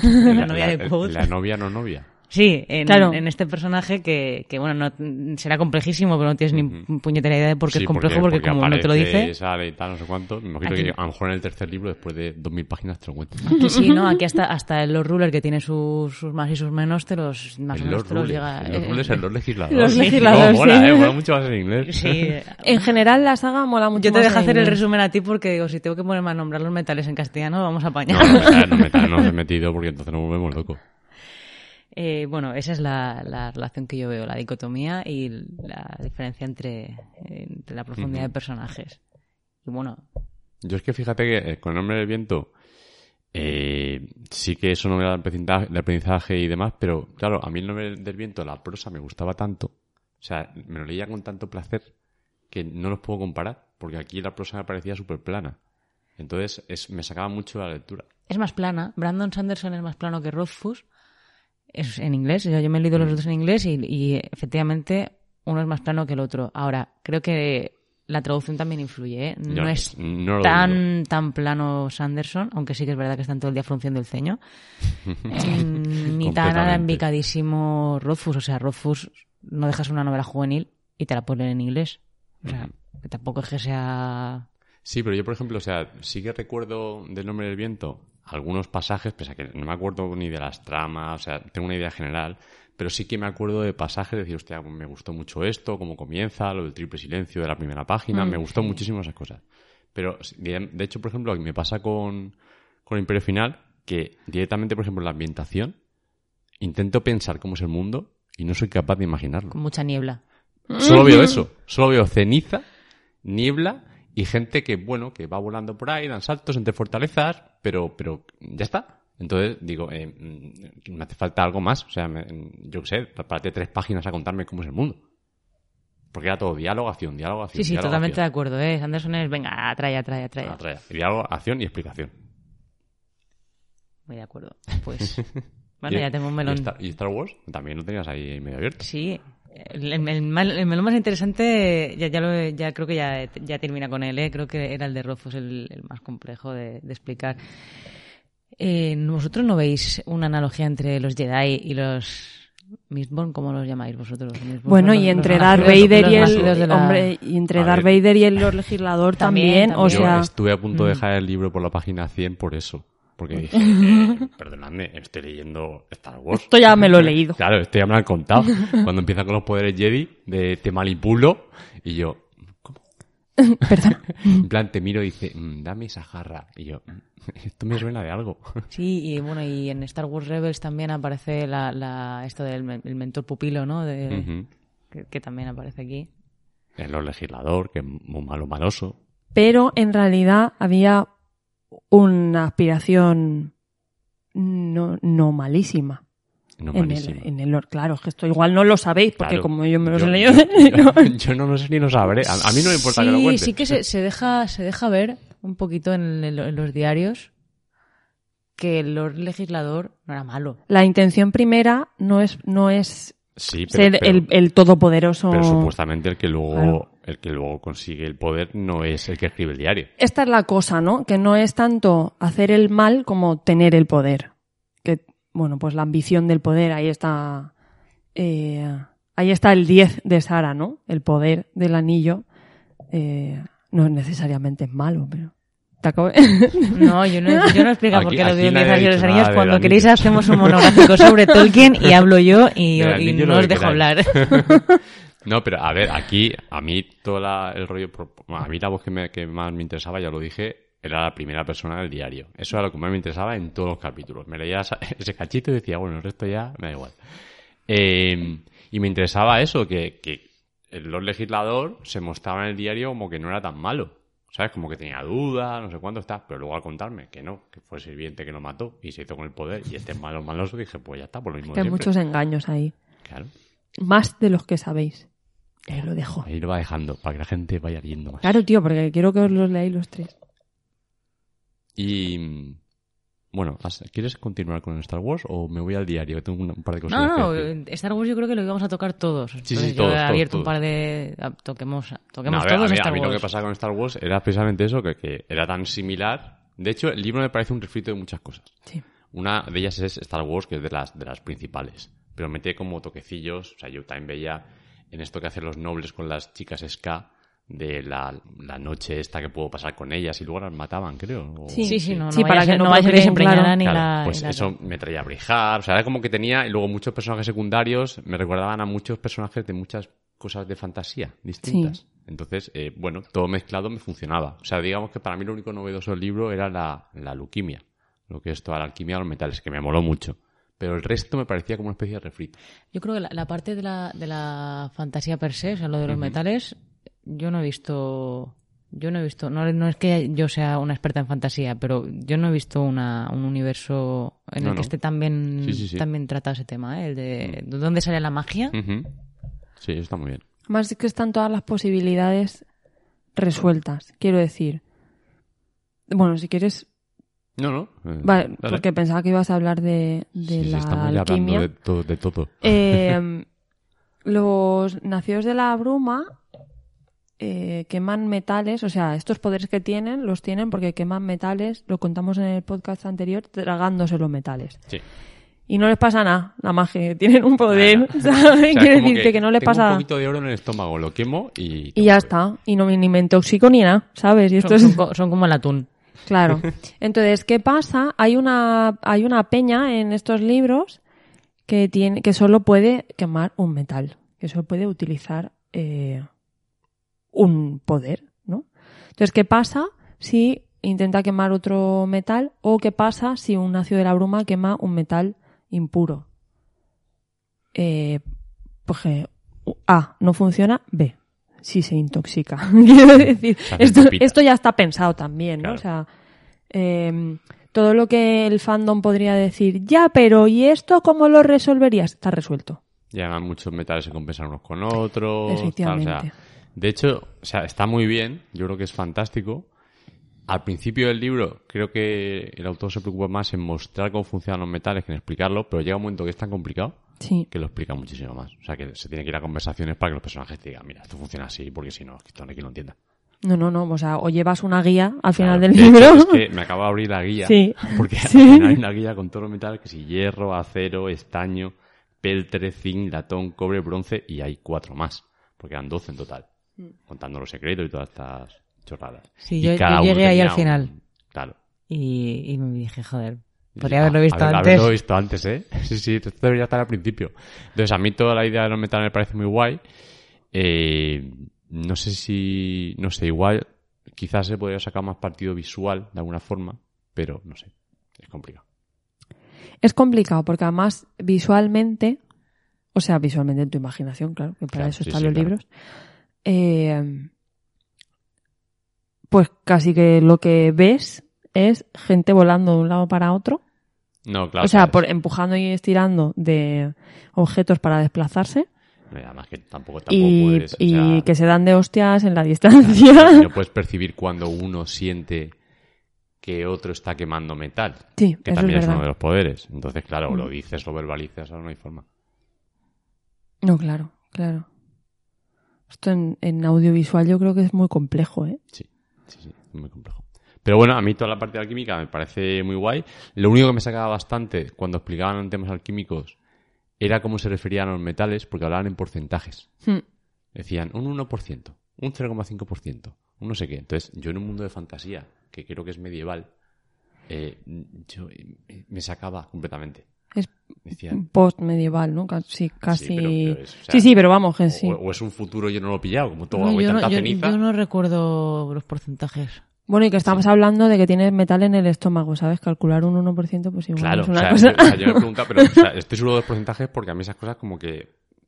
Speaker 3: en la, novia de Quoth.
Speaker 1: la novia no novia.
Speaker 3: Sí, en,
Speaker 2: Claro.
Speaker 3: en este personaje que, que bueno, no, será complejísimo, pero no tienes ni puñetera idea de por qué
Speaker 1: Sí,
Speaker 3: es complejo, porque, como no te lo
Speaker 1: aparece,
Speaker 3: dice...
Speaker 1: Sale y tal, no sé cuánto. Me imagino
Speaker 3: Aquí-
Speaker 1: que a lo mejor en el tercer libro, después de 2.000 páginas, te lo cuentas.
Speaker 3: Aquí sí, ¿no? Aquí hasta, hasta el Lord Ruler que tiene sus, sus más y sus menos, te los, más o
Speaker 1: El
Speaker 3: menos
Speaker 1: Lord
Speaker 3: te los
Speaker 1: Ruler.
Speaker 3: llega.
Speaker 1: El Lord
Speaker 3: eh,
Speaker 1: Ruler es el Lord Legislador.
Speaker 2: Los
Speaker 1: Sí,
Speaker 2: legisladores,
Speaker 1: No, mola,
Speaker 2: sí.
Speaker 1: eh, mola mucho más en inglés.
Speaker 3: Sí.
Speaker 2: En general, la saga mola mucho
Speaker 3: Yo te
Speaker 2: más
Speaker 3: dejo
Speaker 2: en
Speaker 3: hacer el
Speaker 2: inglés.
Speaker 3: resumen a ti porque digo, si tengo que ponerme a nombrar los metales en castellano, vamos a
Speaker 1: No,
Speaker 3: apañar.
Speaker 1: no, metal, no, metal, no os he metido porque entonces nos volvemos locos.
Speaker 3: Eh, bueno, esa es la, la relación que yo veo, la dicotomía y la diferencia entre, entre la profundidad de personajes. Y bueno,
Speaker 1: Yo es que fíjate que eh, con el nombre del viento eh, sí que eso no me da aprendizaje, de aprendizaje y demás, pero claro, a mí el nombre del viento, la prosa me gustaba tanto, o sea, me lo leía con tanto placer que no los puedo comparar, porque aquí la prosa me parecía súper plana. Entonces es, me sacaba mucho de la lectura.
Speaker 3: es más plana. Brandon Sanderson es más plano que Rothfuss. Es en inglés. Yo, yo me he leído los
Speaker 1: Mm.
Speaker 3: dos en inglés y, y, efectivamente uno es más plano que el otro. Ahora, creo que la traducción también influye. ¿eh?
Speaker 1: Yo
Speaker 3: No es
Speaker 1: no lo dudo.
Speaker 3: tan, tan plano Sanderson, aunque sí que es verdad que están todo el día frunciendo el ceño. Mm, Ni tan
Speaker 1: Completamente.
Speaker 3: alambicadísimo Rothfuss. O sea, Rothfuss no dejas una novela juvenil y te la ponen en inglés. O sea, que tampoco es que sea...
Speaker 1: Sí, pero yo, por ejemplo, o sea, sí que recuerdo del nombre del viento algunos pasajes, pese a que no me acuerdo ni de las tramas, o sea, tengo una idea general, pero sí que me acuerdo de pasajes, de decir, hostia, me gustó mucho esto, cómo comienza, lo del triple silencio de la primera página, me gustó muchísimo esas cosas. Pero, sí, de de hecho, por ejemplo, me pasa con, con Imperio Final, que directamente, por ejemplo, la ambientación, intento pensar cómo es el mundo y no soy capaz de imaginarlo.
Speaker 3: con mucha niebla.
Speaker 1: Mm. Solo veo eso. Solo veo ceniza, niebla y gente que, bueno, que va volando por ahí, dan saltos entre fortalezas, pero, pero ya está. Entonces digo, eh, mm, me hace falta algo más. O sea, me- mm, yo qué sé, prepárate tres páginas a contarme cómo es el mundo. Porque era todo diálogo, acción, diálogo, acción.
Speaker 3: Sí, sí,
Speaker 1: diálogo,
Speaker 3: totalmente de
Speaker 1: acción.
Speaker 3: acuerdo, ¿eh? Sanderson es, venga, atrae, atrae, atrae.
Speaker 1: Ah, trae, diálogo, acción y explicación.
Speaker 3: Muy de acuerdo. Pues, bueno,
Speaker 1: Y-
Speaker 3: ya tengo un
Speaker 1: y
Speaker 3: melón.
Speaker 1: Star- Y Star Wars también lo tenías ahí medio abierto.
Speaker 3: Sí, El, el- el mal- el melón más interesante, ya, ya, lo he- ya creo que ya, ya termina con él, ¿eh? creo que era el de Rofos el, el más complejo de, de explicar. Eh, ¿Vosotros no veis una analogía entre los Jedi y los Mistborn? ¿Cómo los llamáis vosotros? Mistborn
Speaker 2: Bueno,
Speaker 3: son los-
Speaker 2: y
Speaker 3: los
Speaker 2: entre
Speaker 3: más-
Speaker 2: Darth
Speaker 3: los-
Speaker 2: Vader
Speaker 3: los
Speaker 2: y
Speaker 3: más
Speaker 2: el
Speaker 3: queridos de la-
Speaker 2: hombre, y entre
Speaker 1: A
Speaker 2: Darth
Speaker 1: ver.
Speaker 2: Vader y el Lord legislador
Speaker 3: También,
Speaker 2: también, o
Speaker 3: también.
Speaker 1: Yo
Speaker 2: sea,
Speaker 1: estuve a punto de
Speaker 3: mm.
Speaker 1: dejar el libro por la página 100 por eso. Porque dije, eh, perdonadme, estoy leyendo Star Wars.
Speaker 2: esto ya me lo he leído.
Speaker 1: Claro, esto ya me lo han contado. Cuando empiezan con los poderes Jedi, de te manipulo, y yo,
Speaker 2: Perdón.
Speaker 1: en plan, te miro y dice, "Mm, dame esa jarra. Y yo, "Mm, esto me suena de algo.
Speaker 3: Sí, y bueno, y en Star Wars Rebels también aparece la, la, esto del men- el mentor pupilo, ¿no? De,
Speaker 1: Ujú.
Speaker 3: que, que también aparece aquí.
Speaker 1: El Lord legislador, que es muy malo, maloso.
Speaker 2: Pero en realidad había una aspiración no, no malísima.
Speaker 1: No
Speaker 2: en
Speaker 1: malísimo.
Speaker 2: el, en el Lord. Claro, es que esto igual no lo sabéis, porque
Speaker 1: Claro.
Speaker 2: como yo me los
Speaker 1: Yo-
Speaker 2: he leído.
Speaker 1: Yo, yo no lo sé ni lo sabré. A, a mí no me importa
Speaker 3: sí,
Speaker 1: que lo cuente.
Speaker 3: Sí, que se, se deja, se deja ver un poquito en, el- en los diarios que el Lord Legislador no era malo.
Speaker 2: La intención primera no es, no es
Speaker 1: Sí, pero,
Speaker 2: ser
Speaker 1: pero-
Speaker 2: el, el todopoderoso.
Speaker 1: pero supuestamente el que luego
Speaker 2: Claro.
Speaker 1: el que luego consigue el poder no es el que escribe el diario.
Speaker 2: Esta es la cosa, ¿no? Que no es tanto hacer el mal como tener el poder. Que, bueno, pues la ambición del poder, ahí está. eh, ahí está el 10 de Sara, ¿no? El poder del anillo. eh, no necesariamente es malo, pero. Te acabo-
Speaker 3: No, yo no, yo no explico
Speaker 1: Aquí-
Speaker 3: por qué los
Speaker 1: aquí
Speaker 3: diarios
Speaker 1: nadie ha
Speaker 3: de los
Speaker 1: dicho
Speaker 3: anillos.
Speaker 1: nada
Speaker 3: Cuando
Speaker 1: del
Speaker 3: queréis
Speaker 1: anillo.
Speaker 3: hacemos un monográfico sobre Tolkien y hablo yo y,
Speaker 1: Del
Speaker 3: y
Speaker 1: anillo
Speaker 3: no
Speaker 1: lo
Speaker 3: os
Speaker 1: que
Speaker 3: dejo hablar.
Speaker 1: queráis. No, pero a ver, aquí a mí todo la- el rollo, pro- a mí la voz que, me- que más me interesaba, ya lo dije, era la primera persona del diario. Eso era lo que más me interesaba en todos los capítulos. Me leía esa- ese cachito y decía, bueno, el resto ya me da igual. Eh, y me interesaba eso, que, que el Lord Legislador se mostraba en el diario como que no era tan malo. ¿Sabes? Como que tenía dudas, no sé cuánto está, pero luego al contarme que no, que fue el sirviente que lo mató y se hizo con el poder y este es malo maloso, dije, pues ya está, por lo mismo.
Speaker 2: Que hay
Speaker 1: siempre.
Speaker 2: muchos engaños ahí.
Speaker 1: Claro.
Speaker 2: Más de los que sabéis. Ahí lo dejo.
Speaker 1: Ahí lo va dejando, para que la gente vaya viendo más.
Speaker 2: Claro, tío, porque quiero que os los leáis los tres.
Speaker 1: Y mm, bueno, has- ¿quieres continuar con Star Wars o me voy al diario? Que Tengo una- un par de cosas.
Speaker 3: No,
Speaker 1: que
Speaker 3: no, eh,
Speaker 1: decir.
Speaker 3: Star Wars yo creo que lo íbamos a tocar todos.
Speaker 1: sí,
Speaker 3: Entonces
Speaker 1: todos,
Speaker 3: yo he
Speaker 1: todos,
Speaker 3: abierto un
Speaker 1: todos.
Speaker 3: par de... a- Toquemos, toquemos
Speaker 1: No, a ver,
Speaker 3: todos
Speaker 1: a mí, a
Speaker 3: Star
Speaker 1: mí
Speaker 3: Wars.
Speaker 1: lo que pasaba con Star Wars era precisamente eso, que, que era tan similar. De hecho, el libro me parece un refrito de muchas cosas.
Speaker 2: Sí.
Speaker 1: Una de ellas es Star Wars, que es de las, de las principales. Pero mete como toquecillos. O sea, yo también veía en esto que hacen los nobles con las chicas ska de la, la noche esta que puedo pasar con ellas y luego las mataban, creo. o-
Speaker 3: Sí, sí, no, no
Speaker 2: Sí,
Speaker 3: vaya
Speaker 2: para
Speaker 3: a
Speaker 2: que
Speaker 3: ser-
Speaker 2: no
Speaker 3: no vaya a ser que se
Speaker 2: procreen, claro.
Speaker 3: empreñara ni
Speaker 1: Claro,
Speaker 3: la...
Speaker 1: pues
Speaker 3: ni la-
Speaker 1: eso me traía a brijar. O sea, era como que tenía, y luego muchos personajes secundarios me recordaban a muchos personajes de muchas cosas de fantasía distintas. Entonces, eh, bueno, todo mezclado me funcionaba. O sea, digamos que para mí lo único novedoso del libro era la, la leuquimia. Lo que es toda la alquimia de los metales, que me moló mucho. Pero el resto me parecía como una especie de refrito.
Speaker 3: Yo creo que la, la parte de la, de la fantasía per se, o sea, lo de los metales, yo no he visto. Yo no he visto. No, no es que yo sea una experta en fantasía, pero yo no he visto una, un universo en
Speaker 1: No,
Speaker 3: el que
Speaker 1: no.
Speaker 3: esté tan bien,
Speaker 1: Sí, Mm. sí, sí.
Speaker 3: tan bien tratado ese tema, ¿eh? El de, ¿de dónde sale la magia?
Speaker 1: Ujú. Sí, eso está muy bien.
Speaker 2: Además es que están todas las posibilidades resueltas, quiero decir. Bueno, si quieres...
Speaker 1: No, no. eh,
Speaker 2: Vale,
Speaker 1: dale.
Speaker 2: porque pensaba que ibas a hablar de, de
Speaker 1: Sí, sí,
Speaker 2: la
Speaker 1: estamos ya hablando
Speaker 2: alquimia.
Speaker 1: de todo. De todo.
Speaker 2: Eh, los nacidos de la bruma eh, queman metales, o sea, estos poderes que tienen, los tienen porque queman metales, lo contamos en el podcast anterior, tragándose los metales.
Speaker 1: Sí.
Speaker 2: Y no les pasa nada, la magia, tienen un poder,
Speaker 1: Nada.
Speaker 2: ¿sabes?
Speaker 1: O sea,
Speaker 2: Quiero
Speaker 1: como
Speaker 2: decirte que, no les
Speaker 1: tengo
Speaker 2: pasa
Speaker 1: un poquito de oro en el estómago, lo quemo y...
Speaker 2: Y ya está. Y no, ni me intoxico ni nada, ¿sabes? Y esto
Speaker 3: Son,
Speaker 2: es...
Speaker 3: son co- son como el atún.
Speaker 2: Claro. Entonces, ¿qué pasa? Hay una, hay una peña en estos libros que, tiene, que solo puede quemar un metal, que solo puede utilizar eh, un poder, ¿no? Entonces, ¿qué pasa si intenta quemar otro metal o qué pasa si un nacio de la bruma quema un metal impuro? Eh, pues que u- A, no funciona, B, si se intoxica. Quiero decir,
Speaker 1: Salen
Speaker 2: esto,
Speaker 1: pepitas.
Speaker 2: esto ya está pensado también,
Speaker 1: Claro.
Speaker 2: ¿no? O sea, eh, todo lo que el fandom podría decir, ya, pero ¿y esto cómo lo resolverías? Está resuelto.
Speaker 1: Y además muchos metales se compensan unos con otros.
Speaker 2: Efectivamente.
Speaker 1: tal, o sea, de hecho, o sea, está muy bien, yo creo que es fantástico. Al principio del libro, creo que el autor se preocupa más en mostrar cómo funcionan los metales que en explicarlo, pero llega un momento que es tan complicado
Speaker 2: Sí.
Speaker 1: que lo explica muchísimo más. O sea, que se tiene que ir a conversaciones para que los personajes te digan, mira, esto funciona así, porque si no, es que esto no aquí lo entienda.
Speaker 2: No, no, no. O sea, o llevas una guía al final
Speaker 1: Claro,
Speaker 2: del
Speaker 1: de hecho,
Speaker 2: libro.
Speaker 1: es que me acabo de abrir la guía.
Speaker 2: Sí.
Speaker 1: Porque al
Speaker 2: Sí.
Speaker 1: final hay una guía con todos los metales que si hierro, acero, estaño, peltre, zinc, latón, cobre, bronce y hay cuatro más. Porque eran 12 en total. Contando los secretos y todas estas chorradas.
Speaker 3: Sí,
Speaker 1: Y
Speaker 3: yo- yo
Speaker 1: cada uno
Speaker 3: llegué ahí
Speaker 1: tenía
Speaker 3: al final.
Speaker 1: un- Claro.
Speaker 3: Y, y me dije, joder,
Speaker 1: Y
Speaker 3: podría
Speaker 1: dije,
Speaker 3: haberlo
Speaker 1: "Ah,
Speaker 3: visto
Speaker 1: haber-
Speaker 3: antes.
Speaker 1: Haberlo visto antes, ¿eh? Sí, sí, esto debería estar al principio. Entonces, a mí toda la idea de los metales me parece muy guay. Eh, no sé si... No sé, igual quizás se podría sacar más partido visual de alguna forma, pero no sé. Es complicado.
Speaker 2: Es complicado porque además visualmente, o sea, visualmente en tu imaginación, claro, que para
Speaker 1: Claro,
Speaker 2: eso
Speaker 1: sí,
Speaker 2: están
Speaker 1: sí,
Speaker 2: los
Speaker 1: claro.
Speaker 2: libros. eh, pues casi que lo que ves es gente volando de un lado para otro.
Speaker 1: No, claro.
Speaker 2: o sea,
Speaker 1: sabes,
Speaker 2: por empujando y estirando de objetos para desplazarse
Speaker 1: no, y Eh, Además que tampoco, tampoco
Speaker 2: y,
Speaker 1: puedes... o
Speaker 2: y
Speaker 1: sea,
Speaker 2: que se dan de hostias en la distancia.
Speaker 1: No puedes percibir cuando uno siente que otro está quemando metal.
Speaker 2: sí,
Speaker 1: Que
Speaker 2: eso es
Speaker 1: también es,
Speaker 2: verdad.
Speaker 1: uno de los poderes. Entonces, claro, o lo
Speaker 2: Mm.
Speaker 1: dices, lo verbalizas, ahora no hay forma.
Speaker 2: No, claro, claro. Esto en, en audiovisual yo creo que es muy complejo, ¿eh?
Speaker 1: Sí, sí, sí, es muy complejo. Pero bueno, a mí toda la parte de alquímica me parece muy guay. Lo único que me sacaba bastante cuando explicaban temas alquímicos era cómo se referían a los metales, porque hablaban en porcentajes.
Speaker 2: Hmm.
Speaker 1: Decían un 1%, un 0,5%, un no sé qué. Entonces, yo en un mundo de fantasía, que creo que es medieval, eh, yo, eh, me sacaba completamente.
Speaker 2: Es
Speaker 1: Decían,
Speaker 2: post medieval, ¿no? Ca- Sí, casi. Sí,
Speaker 1: pero- pero es- o sea,
Speaker 2: sí, pero vamos, que
Speaker 1: o,
Speaker 2: sí.
Speaker 1: o es un futuro, yo no lo he pillado, como todo,
Speaker 3: No,
Speaker 1: hay
Speaker 3: yo, no,
Speaker 1: tanta
Speaker 3: yo-
Speaker 1: ceniza.
Speaker 3: yo no recuerdo los porcentajes.
Speaker 2: Bueno, y que estamos hablando de que tienes metal en el estómago, ¿sabes? Calcular un 1% pues igual
Speaker 1: Claro,
Speaker 2: es una
Speaker 1: o sea,
Speaker 2: cosa.
Speaker 1: Yo, o sea, yo me pregunto, pero o sea, estoy seguro de los porcentajes porque a mí esas cosas como que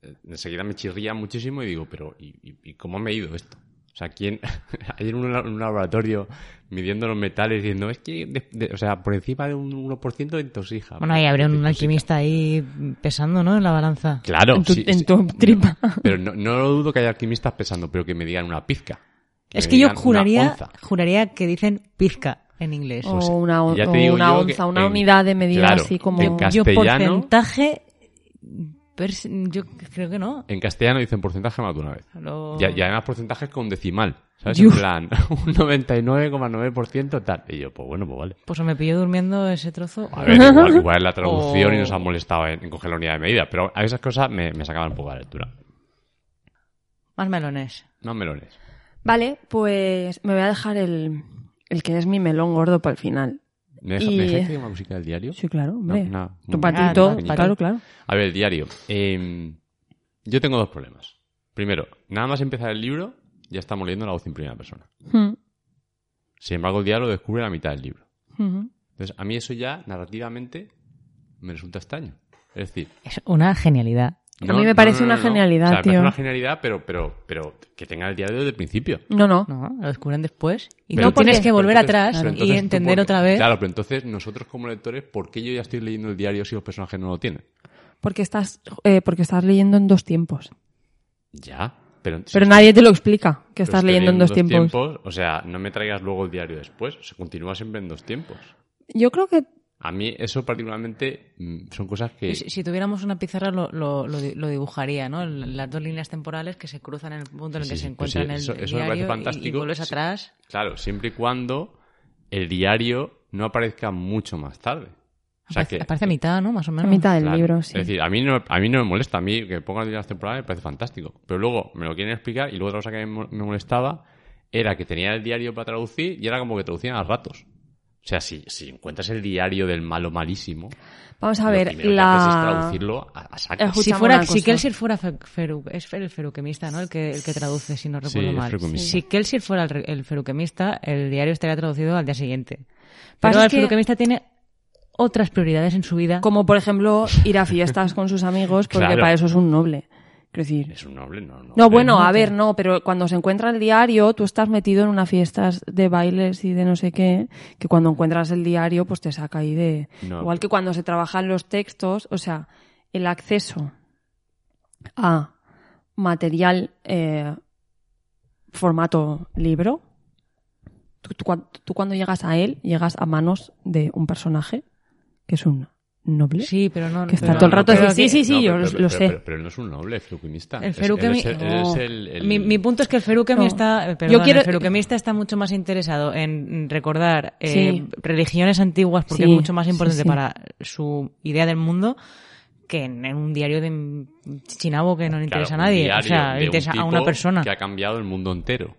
Speaker 1: eh, enseguida me chirrían muchísimo y digo, pero ¿y, y- y cómo han medido esto? O sea, ¿quién? Ayer en un, la- un laboratorio midiendo los metales diciendo, es que, de- de- o sea, por encima de un 1% de intoxija.
Speaker 3: Bueno, ahí habría un
Speaker 1: Intoxica.
Speaker 3: alquimista ahí pesando, ¿no? En la balanza.
Speaker 1: Claro,
Speaker 2: En tu-
Speaker 1: sí,
Speaker 2: en
Speaker 1: sí.
Speaker 2: tu
Speaker 1: No,
Speaker 2: tripa.
Speaker 1: pero no, no lo dudo que haya alquimistas pensando, pero que me digan una pizca.
Speaker 3: Es
Speaker 1: me
Speaker 3: que yo
Speaker 1: digan una
Speaker 3: juraría,
Speaker 1: onza.
Speaker 3: juraría que dicen pizca en inglés.
Speaker 2: O
Speaker 1: Pues,
Speaker 2: una, o-
Speaker 1: ya te
Speaker 2: o
Speaker 1: digo
Speaker 2: una
Speaker 1: yo que
Speaker 2: onza, una
Speaker 1: en-
Speaker 2: unidad de medida
Speaker 1: claro,
Speaker 2: así como...
Speaker 1: en
Speaker 3: yo
Speaker 1: castellano-
Speaker 3: porcentaje, pers- yo creo que no.
Speaker 1: En castellano dicen porcentaje más de una vez.
Speaker 3: Lo-
Speaker 1: Y, y además porcentajes con decimal, ¿sabes?
Speaker 3: Yo-
Speaker 1: En plan, un 99,9% tal. Y yo, pues bueno, pues vale.
Speaker 3: Pues o me pilló durmiendo ese trozo.
Speaker 1: A ver, igual, igual es la traducción y nos
Speaker 2: Oh.
Speaker 3: O-
Speaker 1: han molestado en, en coger la unidad de medida, pero a esas cosas me, me sacaban un poco la lectura.
Speaker 3: Más melones.
Speaker 1: No melones.
Speaker 2: Vale, pues me voy a dejar el, el que es mi melón gordo para el final.
Speaker 1: ¿Me, deja-
Speaker 2: Y-
Speaker 1: ¿me dejáis que diga una cosita del diario?
Speaker 2: Sí, claro, hombre.
Speaker 1: No, no,
Speaker 2: tu
Speaker 1: un-
Speaker 2: patito,
Speaker 1: Ah, no,
Speaker 2: claro,
Speaker 3: patito.
Speaker 2: claro.
Speaker 1: A ver, el diario. Eh, yo tengo dos problemas. Primero, nada más empezar el libro, ya estamos leyendo la voz en primera persona.
Speaker 2: Mm,
Speaker 1: Sin embargo, el diario lo descubre a la mitad del libro.
Speaker 2: mhm.
Speaker 1: Entonces, a mí eso ya, narrativamente, me resulta extraño. Es decir,
Speaker 3: Es una genialidad.
Speaker 2: A mí me parece una genialidad,
Speaker 1: O sea, me
Speaker 2: tío.
Speaker 1: parece una genialidad, pero, pero, pero que tenga el diario desde el principio.
Speaker 2: No, no.
Speaker 3: No, lo descubren después. Y
Speaker 1: Pero
Speaker 3: no tienes
Speaker 1: entonces-
Speaker 3: que volver
Speaker 1: pero
Speaker 3: atrás
Speaker 1: entonces- pero
Speaker 3: y
Speaker 1: entonces tú
Speaker 3: entender
Speaker 1: por-
Speaker 3: otra vez.
Speaker 1: Claro, pero entonces nosotros como lectores, ¿por qué yo ya estoy leyendo el diario si los personajes no lo tienen?
Speaker 2: Porque estás, eh, porque estás leyendo en dos tiempos.
Speaker 1: Ya, pero... si
Speaker 2: Pero
Speaker 1: estoy-
Speaker 2: nadie te lo explica,
Speaker 1: pero
Speaker 2: que estás
Speaker 1: estoy
Speaker 2: leyendo en dos tiempos.
Speaker 1: O sea, no me traigas luego el diario después. Se continúa siempre en dos tiempos.
Speaker 2: Yo creo que
Speaker 1: A mí eso particularmente mm, son cosas
Speaker 2: Pues
Speaker 1: que...
Speaker 3: Si, si tuviéramos una pizarra lo, lo- lo di- lo dibujaría, ¿no? L- Las dos líneas temporales que se cruzan en el punto en el
Speaker 1: Sí,
Speaker 3: que
Speaker 1: sí,
Speaker 3: se
Speaker 1: sí,
Speaker 3: encuentran
Speaker 1: pues sí,
Speaker 3: en el,
Speaker 1: eso- eso me
Speaker 3: diario
Speaker 1: parece
Speaker 3: y- y,
Speaker 1: fantástico.
Speaker 3: vuelves
Speaker 1: Sí.
Speaker 3: atrás.
Speaker 1: Claro, siempre y cuando el diario no aparezca mucho más tarde. O sea
Speaker 3: aparece,
Speaker 1: que...
Speaker 3: aparece a mitad, ¿no? Más o
Speaker 2: a
Speaker 3: menos.
Speaker 2: mitad del
Speaker 1: Claro.
Speaker 2: libro, sí.
Speaker 1: Es decir, a mí, no, a mí no me molesta, a mí que pongan las temporadas me parece fantástico. Pero luego me lo quieren explicar y luego otra cosa que me mo- me molestaba era que tenía el diario para traducir y era como que traducían a ratos. O sea, si, si encuentras el diario del malo malísimo,
Speaker 2: Vamos a
Speaker 1: lo
Speaker 2: ver,
Speaker 1: primero que haces es
Speaker 2: la...
Speaker 1: traducirlo a, a saco.
Speaker 2: Escucha,
Speaker 3: Si
Speaker 2: Escuchamos
Speaker 3: fuera,
Speaker 2: una
Speaker 3: si
Speaker 2: cosa.
Speaker 3: Kelsier fuera fe- feru- es fe- el feruquemista, ¿no? El que, el que traduce, si no
Speaker 1: Sí,
Speaker 3: recuerdo
Speaker 1: el
Speaker 3: mal.
Speaker 1: feruquemista.
Speaker 3: Si Kelsier fuera el, re- el feruquemista, el diario estaría traducido al día siguiente.
Speaker 2: Pasa
Speaker 3: Pero
Speaker 2: es
Speaker 3: el
Speaker 2: que-
Speaker 3: feruquemista tiene otras prioridades en su vida.
Speaker 2: Como por ejemplo ir a fiestas con sus amigos, porque
Speaker 1: Claro.
Speaker 2: para eso es un noble. Quiero decir.
Speaker 1: Es un noble, no. No,
Speaker 2: No,
Speaker 1: hombre,
Speaker 2: bueno, a ver, no, pero cuando se encuentra el diario, tú estás metido en unas fiestas de bailes y de no sé qué, que cuando encuentras el diario, pues te saca ahí de.
Speaker 1: No.
Speaker 2: Igual que cuando se trabajan los textos, o sea, el acceso a material eh, formato libro, tú, tú cuan- tú cuando llegas a él, llegas a manos de un personaje que es un noble.
Speaker 3: Sí, pero no.
Speaker 2: Que está
Speaker 3: pero
Speaker 2: todo el
Speaker 3: no
Speaker 2: rato
Speaker 3: creo
Speaker 2: así,
Speaker 3: que-
Speaker 2: sí, sí, sí, yo lo- lo sé.
Speaker 1: Pero, pero él no es un noble, es Ferukimista.
Speaker 3: El
Speaker 1: Ah, Es- él
Speaker 3: Ferukemi-
Speaker 1: es el- él es
Speaker 3: no.
Speaker 1: el- el-
Speaker 3: Mi, mi punto es que el ferukemi
Speaker 2: No.
Speaker 3: está, eh, perdón,
Speaker 2: Yo quiero-
Speaker 3: el ferukemista está mucho más interesado en recordar eh,
Speaker 2: Sí.
Speaker 3: religiones antiguas porque
Speaker 2: Sí,
Speaker 3: es mucho más
Speaker 2: sí,
Speaker 3: importante
Speaker 2: sí.
Speaker 3: para su idea del mundo que en, en un diario de un chinabo que no le
Speaker 1: Claro,
Speaker 3: interesa
Speaker 1: un
Speaker 3: a nadie, o
Speaker 1: diario
Speaker 3: sea,
Speaker 1: de
Speaker 3: le
Speaker 1: un
Speaker 3: interesa a
Speaker 1: tipo
Speaker 3: una persona.
Speaker 1: Que ha cambiado el mundo entero.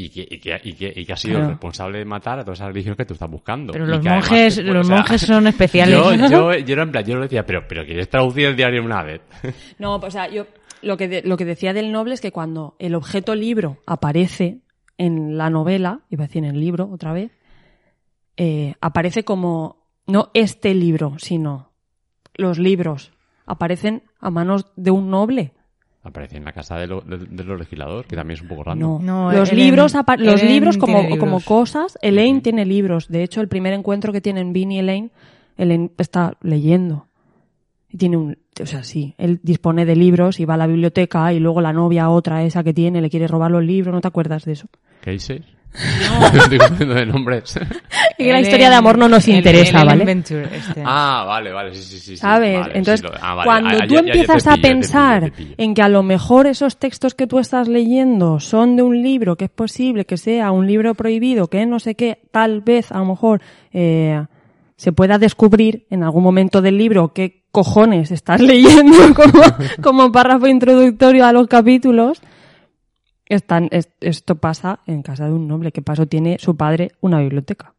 Speaker 1: Y que, y que, y que, y que ha sido
Speaker 2: Claro.
Speaker 1: el responsable de matar a todas esas religiones que tú estás buscando.
Speaker 3: Pero
Speaker 1: Y
Speaker 3: los
Speaker 1: que además
Speaker 3: monjes-
Speaker 1: después,
Speaker 3: los monjes son especiales.
Speaker 1: Yo, yo, yo era en plan, yo lo decía, pero, pero quieres traducir el diario una vez.
Speaker 2: No, o sea, yo lo que, de- lo que decía del noble es que cuando el objeto libro aparece en la novela, iba a decir en el libro otra vez, eh, aparece como no este libro, sino los libros aparecen a manos de un noble.
Speaker 1: Aparece en la casa de lo- de- de los legisladores, que también es un poco
Speaker 2: No,
Speaker 1: random.
Speaker 3: No,
Speaker 2: los
Speaker 3: Ellen-
Speaker 2: libros, apa- los
Speaker 3: Ellen
Speaker 2: libros como,
Speaker 3: tiene
Speaker 2: como
Speaker 3: libros.
Speaker 2: cosas, Elaine tiene libros. De hecho, el primer encuentro que tienen Vin y Elaine, Elaine está leyendo. Y tiene un, o sea, sí, él dispone de libros y va a la biblioteca y luego la novia otra esa que tiene le quiere robar los libros, ¿no te acuerdas de eso?
Speaker 1: ¿Qué dices? No. Estoy poniendo de nombres.
Speaker 2: Y que la
Speaker 3: Ellen-
Speaker 2: historia de amor no nos
Speaker 3: el-
Speaker 2: interesa,
Speaker 3: el
Speaker 2: ¿vale?
Speaker 3: Venture, este.
Speaker 1: Ah, vale, vale, sí, sí, sí. sí,
Speaker 2: ¿Sabes?
Speaker 1: vale, sí,
Speaker 2: Entonces,
Speaker 1: lo- ah, vale,
Speaker 2: cuando
Speaker 1: ah, ya- ya-
Speaker 2: tú
Speaker 1: ya te
Speaker 2: empiezas a
Speaker 1: pillo, ya te pillo,
Speaker 2: pensar
Speaker 1: ya te pillo.
Speaker 2: en que a lo mejor esos textos que tú estás leyendo son de un libro que es posible que sea un libro prohibido, que no sé qué, tal vez a lo mejor eh, se pueda descubrir en algún momento del libro qué cojones estás leyendo como, como párrafo introductorio a los capítulos. Están, es- esto pasa en casa de un noble, que paso tiene su padre una biblioteca.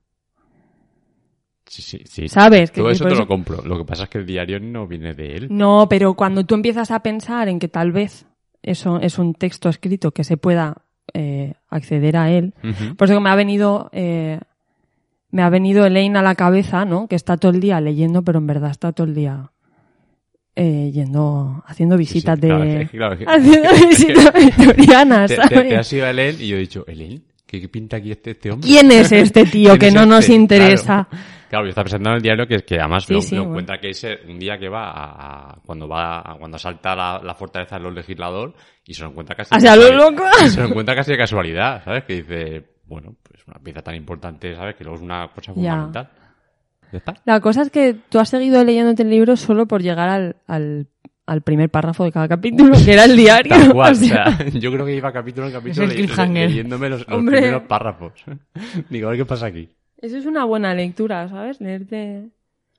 Speaker 1: Sí, sí, sí.
Speaker 2: ¿Sabes? Que-
Speaker 1: Todo
Speaker 2: que
Speaker 1: eso
Speaker 2: por
Speaker 1: te
Speaker 2: eso-
Speaker 1: lo compro. Lo que pasa es que el diario no viene de él.
Speaker 2: No, pero cuando tú empiezas a pensar en que tal vez eso es un texto escrito que se pueda eh, acceder a él,
Speaker 1: Ujú.
Speaker 2: por eso que me ha venido eh, me ha venido Elaine a la cabeza, ¿no? Que está todo el día leyendo, pero en verdad está todo el día eh, yendo haciendo
Speaker 1: Sí, sí,
Speaker 2: visitas
Speaker 1: claro,
Speaker 2: de
Speaker 1: es que- claro, es que-
Speaker 2: haciendo visitas victorianas,
Speaker 1: Te, te- te
Speaker 2: ¿sabes?
Speaker 1: has ido a Elen y yo he dicho, Elen, ¿qué, qué pinta aquí este, este hombre?
Speaker 2: ¿Quién es este tío
Speaker 1: ¿Quién
Speaker 2: que
Speaker 1: es
Speaker 2: no nos
Speaker 1: este?
Speaker 2: interesa?
Speaker 1: Claro, Claro, yo estaba pensando en el diario que, que además
Speaker 2: Sí,
Speaker 1: lo,
Speaker 2: sí,
Speaker 1: lo
Speaker 2: bueno.
Speaker 1: encuentra que ese un día que va a, a- cuando va a- cuando salta la, la fortaleza de los legislador y se lo encuentra casi
Speaker 2: Hacia
Speaker 1: de
Speaker 2: lo
Speaker 1: casualidad-
Speaker 2: loco.
Speaker 1: y se lo encuentra casi de casualidad, ¿sabes? Que dice, bueno, pues una pieza tan importante, ¿sabes? Que luego es una cosa fundamental. Ya está.
Speaker 2: La cosa es que tú has seguido leyéndote el libro solo por llegar al, al, al primer párrafo de cada capítulo, que era el diario.
Speaker 1: Tal cual,
Speaker 2: O sea,
Speaker 1: o sea, yo creo que iba capítulo en capítulo
Speaker 3: Es el
Speaker 1: ley-
Speaker 3: cliffhanger.
Speaker 1: leyéndome los, los
Speaker 2: Hombre.
Speaker 1: primeros párrafos. Digo, a ver qué pasa aquí.
Speaker 2: Eso es una buena lectura, ¿sabes? Leerte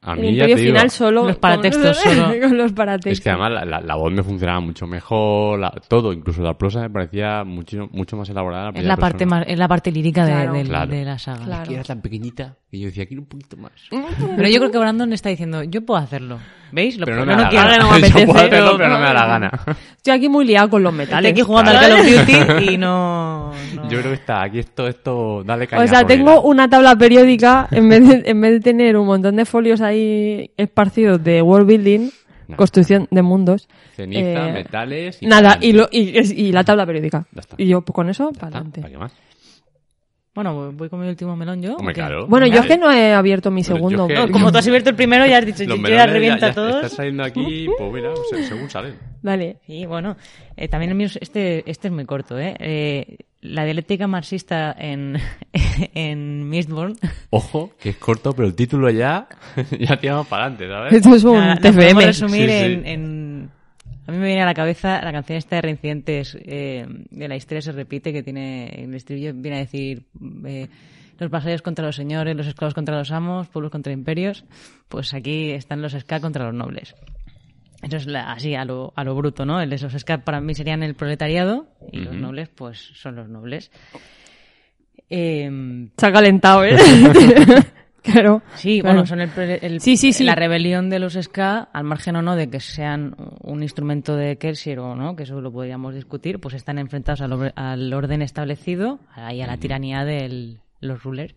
Speaker 1: A
Speaker 2: el
Speaker 1: mí ya te
Speaker 2: Imperio
Speaker 1: digo,
Speaker 2: Final solo.
Speaker 3: Los paratextos
Speaker 2: con,
Speaker 3: solo.
Speaker 2: con los paratextos.
Speaker 1: es que además la, la- la voz me funcionaba mucho mejor, la- todo, incluso la prosa me parecía mucho, mucho más elaborada. en
Speaker 3: es la
Speaker 1: primera
Speaker 3: parte
Speaker 1: persona.
Speaker 3: más, es la parte lírica de,
Speaker 2: Claro.
Speaker 3: del-
Speaker 1: pues Claro.
Speaker 3: de la saga.
Speaker 2: Claro.
Speaker 1: Que era tan pequeñita que yo decía, quiero un poquito más.
Speaker 3: Pero yo creo que Brandon está diciendo, yo puedo hacerlo. ¿Veis? Lo
Speaker 1: Pero
Speaker 3: puedo-
Speaker 1: no me da la
Speaker 3: quiero,
Speaker 1: gana.
Speaker 3: no me
Speaker 1: Yo
Speaker 3: apetece.
Speaker 1: puedo hacerlo,
Speaker 3: no-
Speaker 1: pero no me da la
Speaker 3: no-
Speaker 1: gana.
Speaker 2: Estoy aquí muy liado con los
Speaker 3: Estoy
Speaker 2: metales.
Speaker 3: aquí jugando
Speaker 1: Claro.
Speaker 3: al Call of Duty y no... no.
Speaker 1: Yo creo que está, aquí esto, esto, dale caña.
Speaker 2: O sea,
Speaker 1: colega.
Speaker 2: tengo una tabla periódica en vez, de, en vez de tener un montón de folios ahí esparcidos de world building,
Speaker 1: No.
Speaker 2: construcción de mundos.
Speaker 1: Ceniza,
Speaker 2: eh,
Speaker 1: metales y...
Speaker 2: Nada,
Speaker 1: pa'lante.
Speaker 2: y, lo, y, y la tabla periódica.
Speaker 1: Ya está.
Speaker 2: Y yo pues, con eso, para
Speaker 1: Ya está,
Speaker 2: adelante.
Speaker 1: Ah, ¿para qué más?
Speaker 3: Bueno, voy- voy con mi último melón yo. ¿o
Speaker 1: Hombre,
Speaker 3: qué?
Speaker 1: claro.
Speaker 2: Bueno, yo es
Speaker 1: Vale.
Speaker 2: que no he abierto mi
Speaker 1: Pero yo
Speaker 2: segundo.
Speaker 1: es que-
Speaker 2: porque-
Speaker 3: Como tú has abierto el primero, ya has dicho,
Speaker 1: Los
Speaker 3: yo ya
Speaker 1: melones
Speaker 3: revienta a todos.
Speaker 1: Están saliendo aquí, pues mira, o sea, según salen.
Speaker 2: Vale.
Speaker 3: Sí, bueno, eh, también el mío, es- este, este es muy corto, ¿eh? Eh, la dialéctica marxista en, en Mistborn.
Speaker 1: Ojo, que es corto, pero el título ya, ya tiramos para adelante, ¿sabes?
Speaker 2: Esto es un
Speaker 3: Nada, la podemos
Speaker 2: TFM.
Speaker 3: resumir
Speaker 1: Sí, sí.
Speaker 3: En, en- A mí me viene a la cabeza la canción esta de Reincidentes eh, de la historia se repite, que tiene el estribillo, viene a decir eh, los vasallos contra los señores, los esclavos contra los amos, pueblos contra imperios. Pues aquí están los ska contra los nobles. Eso es la- así a lo, a lo bruto, ¿no? El- Los ska para mí serían el proletariado y los nobles pues son los nobles. Em,
Speaker 2: Se ha calentado, ¿eh? claro.
Speaker 3: Sí,
Speaker 2: claro.
Speaker 3: bueno, son el, pre- el-
Speaker 2: Sí, sí, sí.
Speaker 3: la rebelión de los ska, al margen o no de que sean un instrumento de Kersier o no, que eso lo podríamos discutir, pues están enfrentados al, or- al orden establecido a- y a la tiranía de los rulers,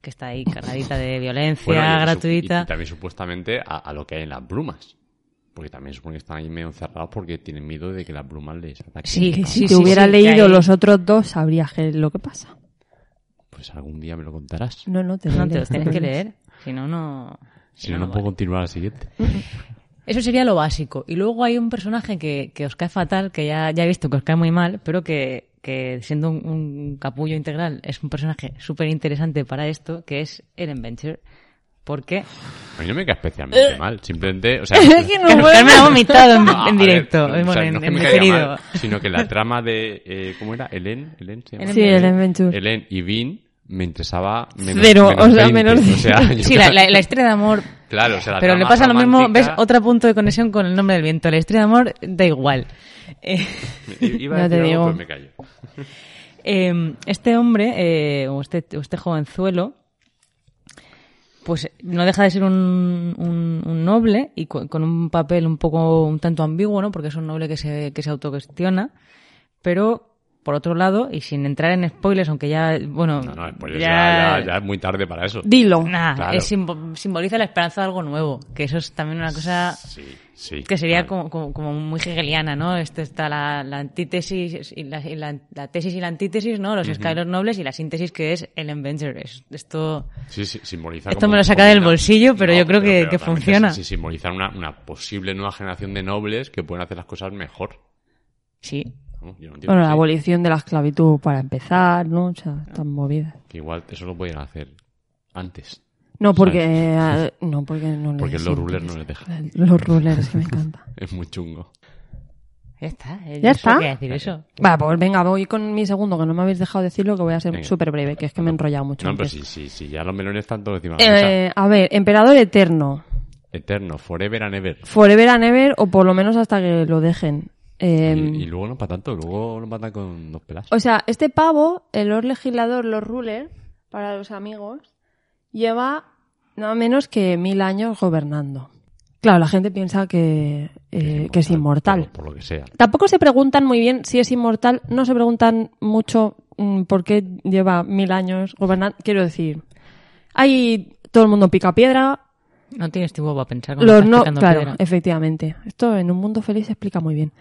Speaker 3: que está ahí cargadita de violencia
Speaker 1: y su-
Speaker 3: gratuita.
Speaker 1: Y, también supuestamente a, a lo que hay en las brumas. Porque también supongo que están ahí medio encerrados porque tienen miedo de que las brumas les ataquen.
Speaker 3: Sí,
Speaker 1: Ah,
Speaker 3: sí.
Speaker 2: si hubiera
Speaker 3: sí, que
Speaker 2: leído
Speaker 3: hay-
Speaker 2: los otros dos, sabrías que lo que pasa.
Speaker 1: Pues algún día me lo contarás.
Speaker 2: No, no, te,
Speaker 3: no
Speaker 2: lo
Speaker 3: te los tienes que
Speaker 2: lees.
Speaker 3: leer, si no, no.
Speaker 1: Si no, no puedo continuar al siguiente.
Speaker 3: Eso sería lo básico. Y luego hay un personaje que, que os cae fatal, que ya, ya he visto que os cae muy mal, pero que, que siendo un, un capullo integral es un personaje súper interesante para esto, que es Eren Venture. Porque
Speaker 1: A mí no me cae especialmente mal. Simplemente, o sea,
Speaker 2: Es que no
Speaker 3: Carmen
Speaker 2: puedo.
Speaker 3: ha vomitado en,
Speaker 1: no, a
Speaker 3: en
Speaker 1: ver,
Speaker 3: directo,
Speaker 1: o sea,
Speaker 3: bueno, en,
Speaker 1: no es que
Speaker 3: en
Speaker 1: me caiga
Speaker 3: diferido.
Speaker 1: mal, sino que la trama de, eh, ¿cómo era? Helen, Helen se llama?
Speaker 2: Sí, Ellen Venture.
Speaker 1: Helen y Vin me interesaba menos,
Speaker 2: Cero, o sea,
Speaker 1: 20,
Speaker 2: menos
Speaker 1: o sea, yo-
Speaker 3: Sí, la, la- la historia de amor.
Speaker 1: claro, o sea, la
Speaker 3: Pero le
Speaker 1: trama
Speaker 3: pasa lo mismo, ves
Speaker 1: romántica-
Speaker 3: otro punto de conexión con el nombre del viento. La historia de amor da igual. Eh,
Speaker 1: I- Iba a
Speaker 2: Ya te
Speaker 1: decir algo,
Speaker 2: digo.
Speaker 1: pero me callo.
Speaker 3: eh, este hombre, eh, o este, o este jovenzuelo, pues no deja de ser un, un- un noble y co- con un papel un poco, un tanto ambiguo, ¿no? Porque es un noble que se, que se autocuestiona, pero por otro lado, y sin entrar en spoilers, aunque ya, bueno,
Speaker 1: No, no, spoilers, ya, ya, ya es muy tarde para eso.
Speaker 2: Dilo.
Speaker 3: Nah,
Speaker 1: Claro.
Speaker 3: es simbo- simboliza la esperanza de algo nuevo, que eso es también una cosa
Speaker 1: Sí, sí.
Speaker 3: que sería
Speaker 1: vale.
Speaker 3: como, como, como muy hegeliana, ¿no? Esto está la, la antítesis y la, y la- la tesis y la antítesis, ¿no? Los Skylos nobles y la síntesis que es el Avenger. Es- Esto
Speaker 1: Sí, sí, simboliza
Speaker 3: Esto
Speaker 1: como
Speaker 3: me lo
Speaker 1: un-
Speaker 3: saca
Speaker 1: como
Speaker 3: del
Speaker 1: una-
Speaker 3: bolsillo, pero yo creo que-
Speaker 1: realmente
Speaker 3: que funciona.
Speaker 1: Sí, sí, simbolizar una, una posible nueva generación de nobles que pueden hacer las cosas mejor.
Speaker 3: sí.
Speaker 1: ¿no? Yo no entiendo
Speaker 2: Bueno, la
Speaker 1: así.
Speaker 2: abolición de la esclavitud para empezar, ¿no? O sea, tan movida.
Speaker 1: Que igual eso lo podían hacer antes.
Speaker 2: No, porque... eh, no, porque no les
Speaker 1: Porque los
Speaker 2: interesa.
Speaker 1: rulers no les dejan.
Speaker 2: Los rulers, que me encanta.
Speaker 1: Es muy chungo.
Speaker 3: Ya está. eh,
Speaker 2: Ya
Speaker 3: yo solo
Speaker 2: está.
Speaker 3: quería decir eso.
Speaker 2: Va, pues venga, voy con mi segundo, que no me habéis dejado decirlo, que voy a ser
Speaker 1: Venga.
Speaker 2: súper breve, que es que me he enrollado mucho.
Speaker 1: No, pero
Speaker 2: antes.
Speaker 1: sí, sí, sí. Ya los melones están todos encima de la mesa.
Speaker 2: Eh, a ver, Emperador Eterno,
Speaker 1: Eterno, forever and ever.
Speaker 2: Forever and Ever, o por lo menos hasta que lo dejen.
Speaker 1: Y,
Speaker 3: Em.
Speaker 2: Eh,
Speaker 1: y luego no para tanto, luego lo matan con dos pelas.
Speaker 2: O sea, este pavo, el Lord Legislador, los Ruler, para los amigos, lleva nada menos que mil años gobernando. Claro, la gente piensa que, eh, que es inmortal.
Speaker 1: Por, por lo que sea.
Speaker 2: Tampoco se preguntan muy bien si es inmortal, no se preguntan mucho mm, por qué lleva mil años gobernando. Quiero decir, hay todo el mundo pica piedra,
Speaker 3: No tienes tiempo para pensar. cuando
Speaker 2: los
Speaker 3: estás
Speaker 2: no,
Speaker 3: picando
Speaker 2: claro,
Speaker 3: piedra.
Speaker 2: efectivamente. Esto en un mundo feliz se explica muy bien.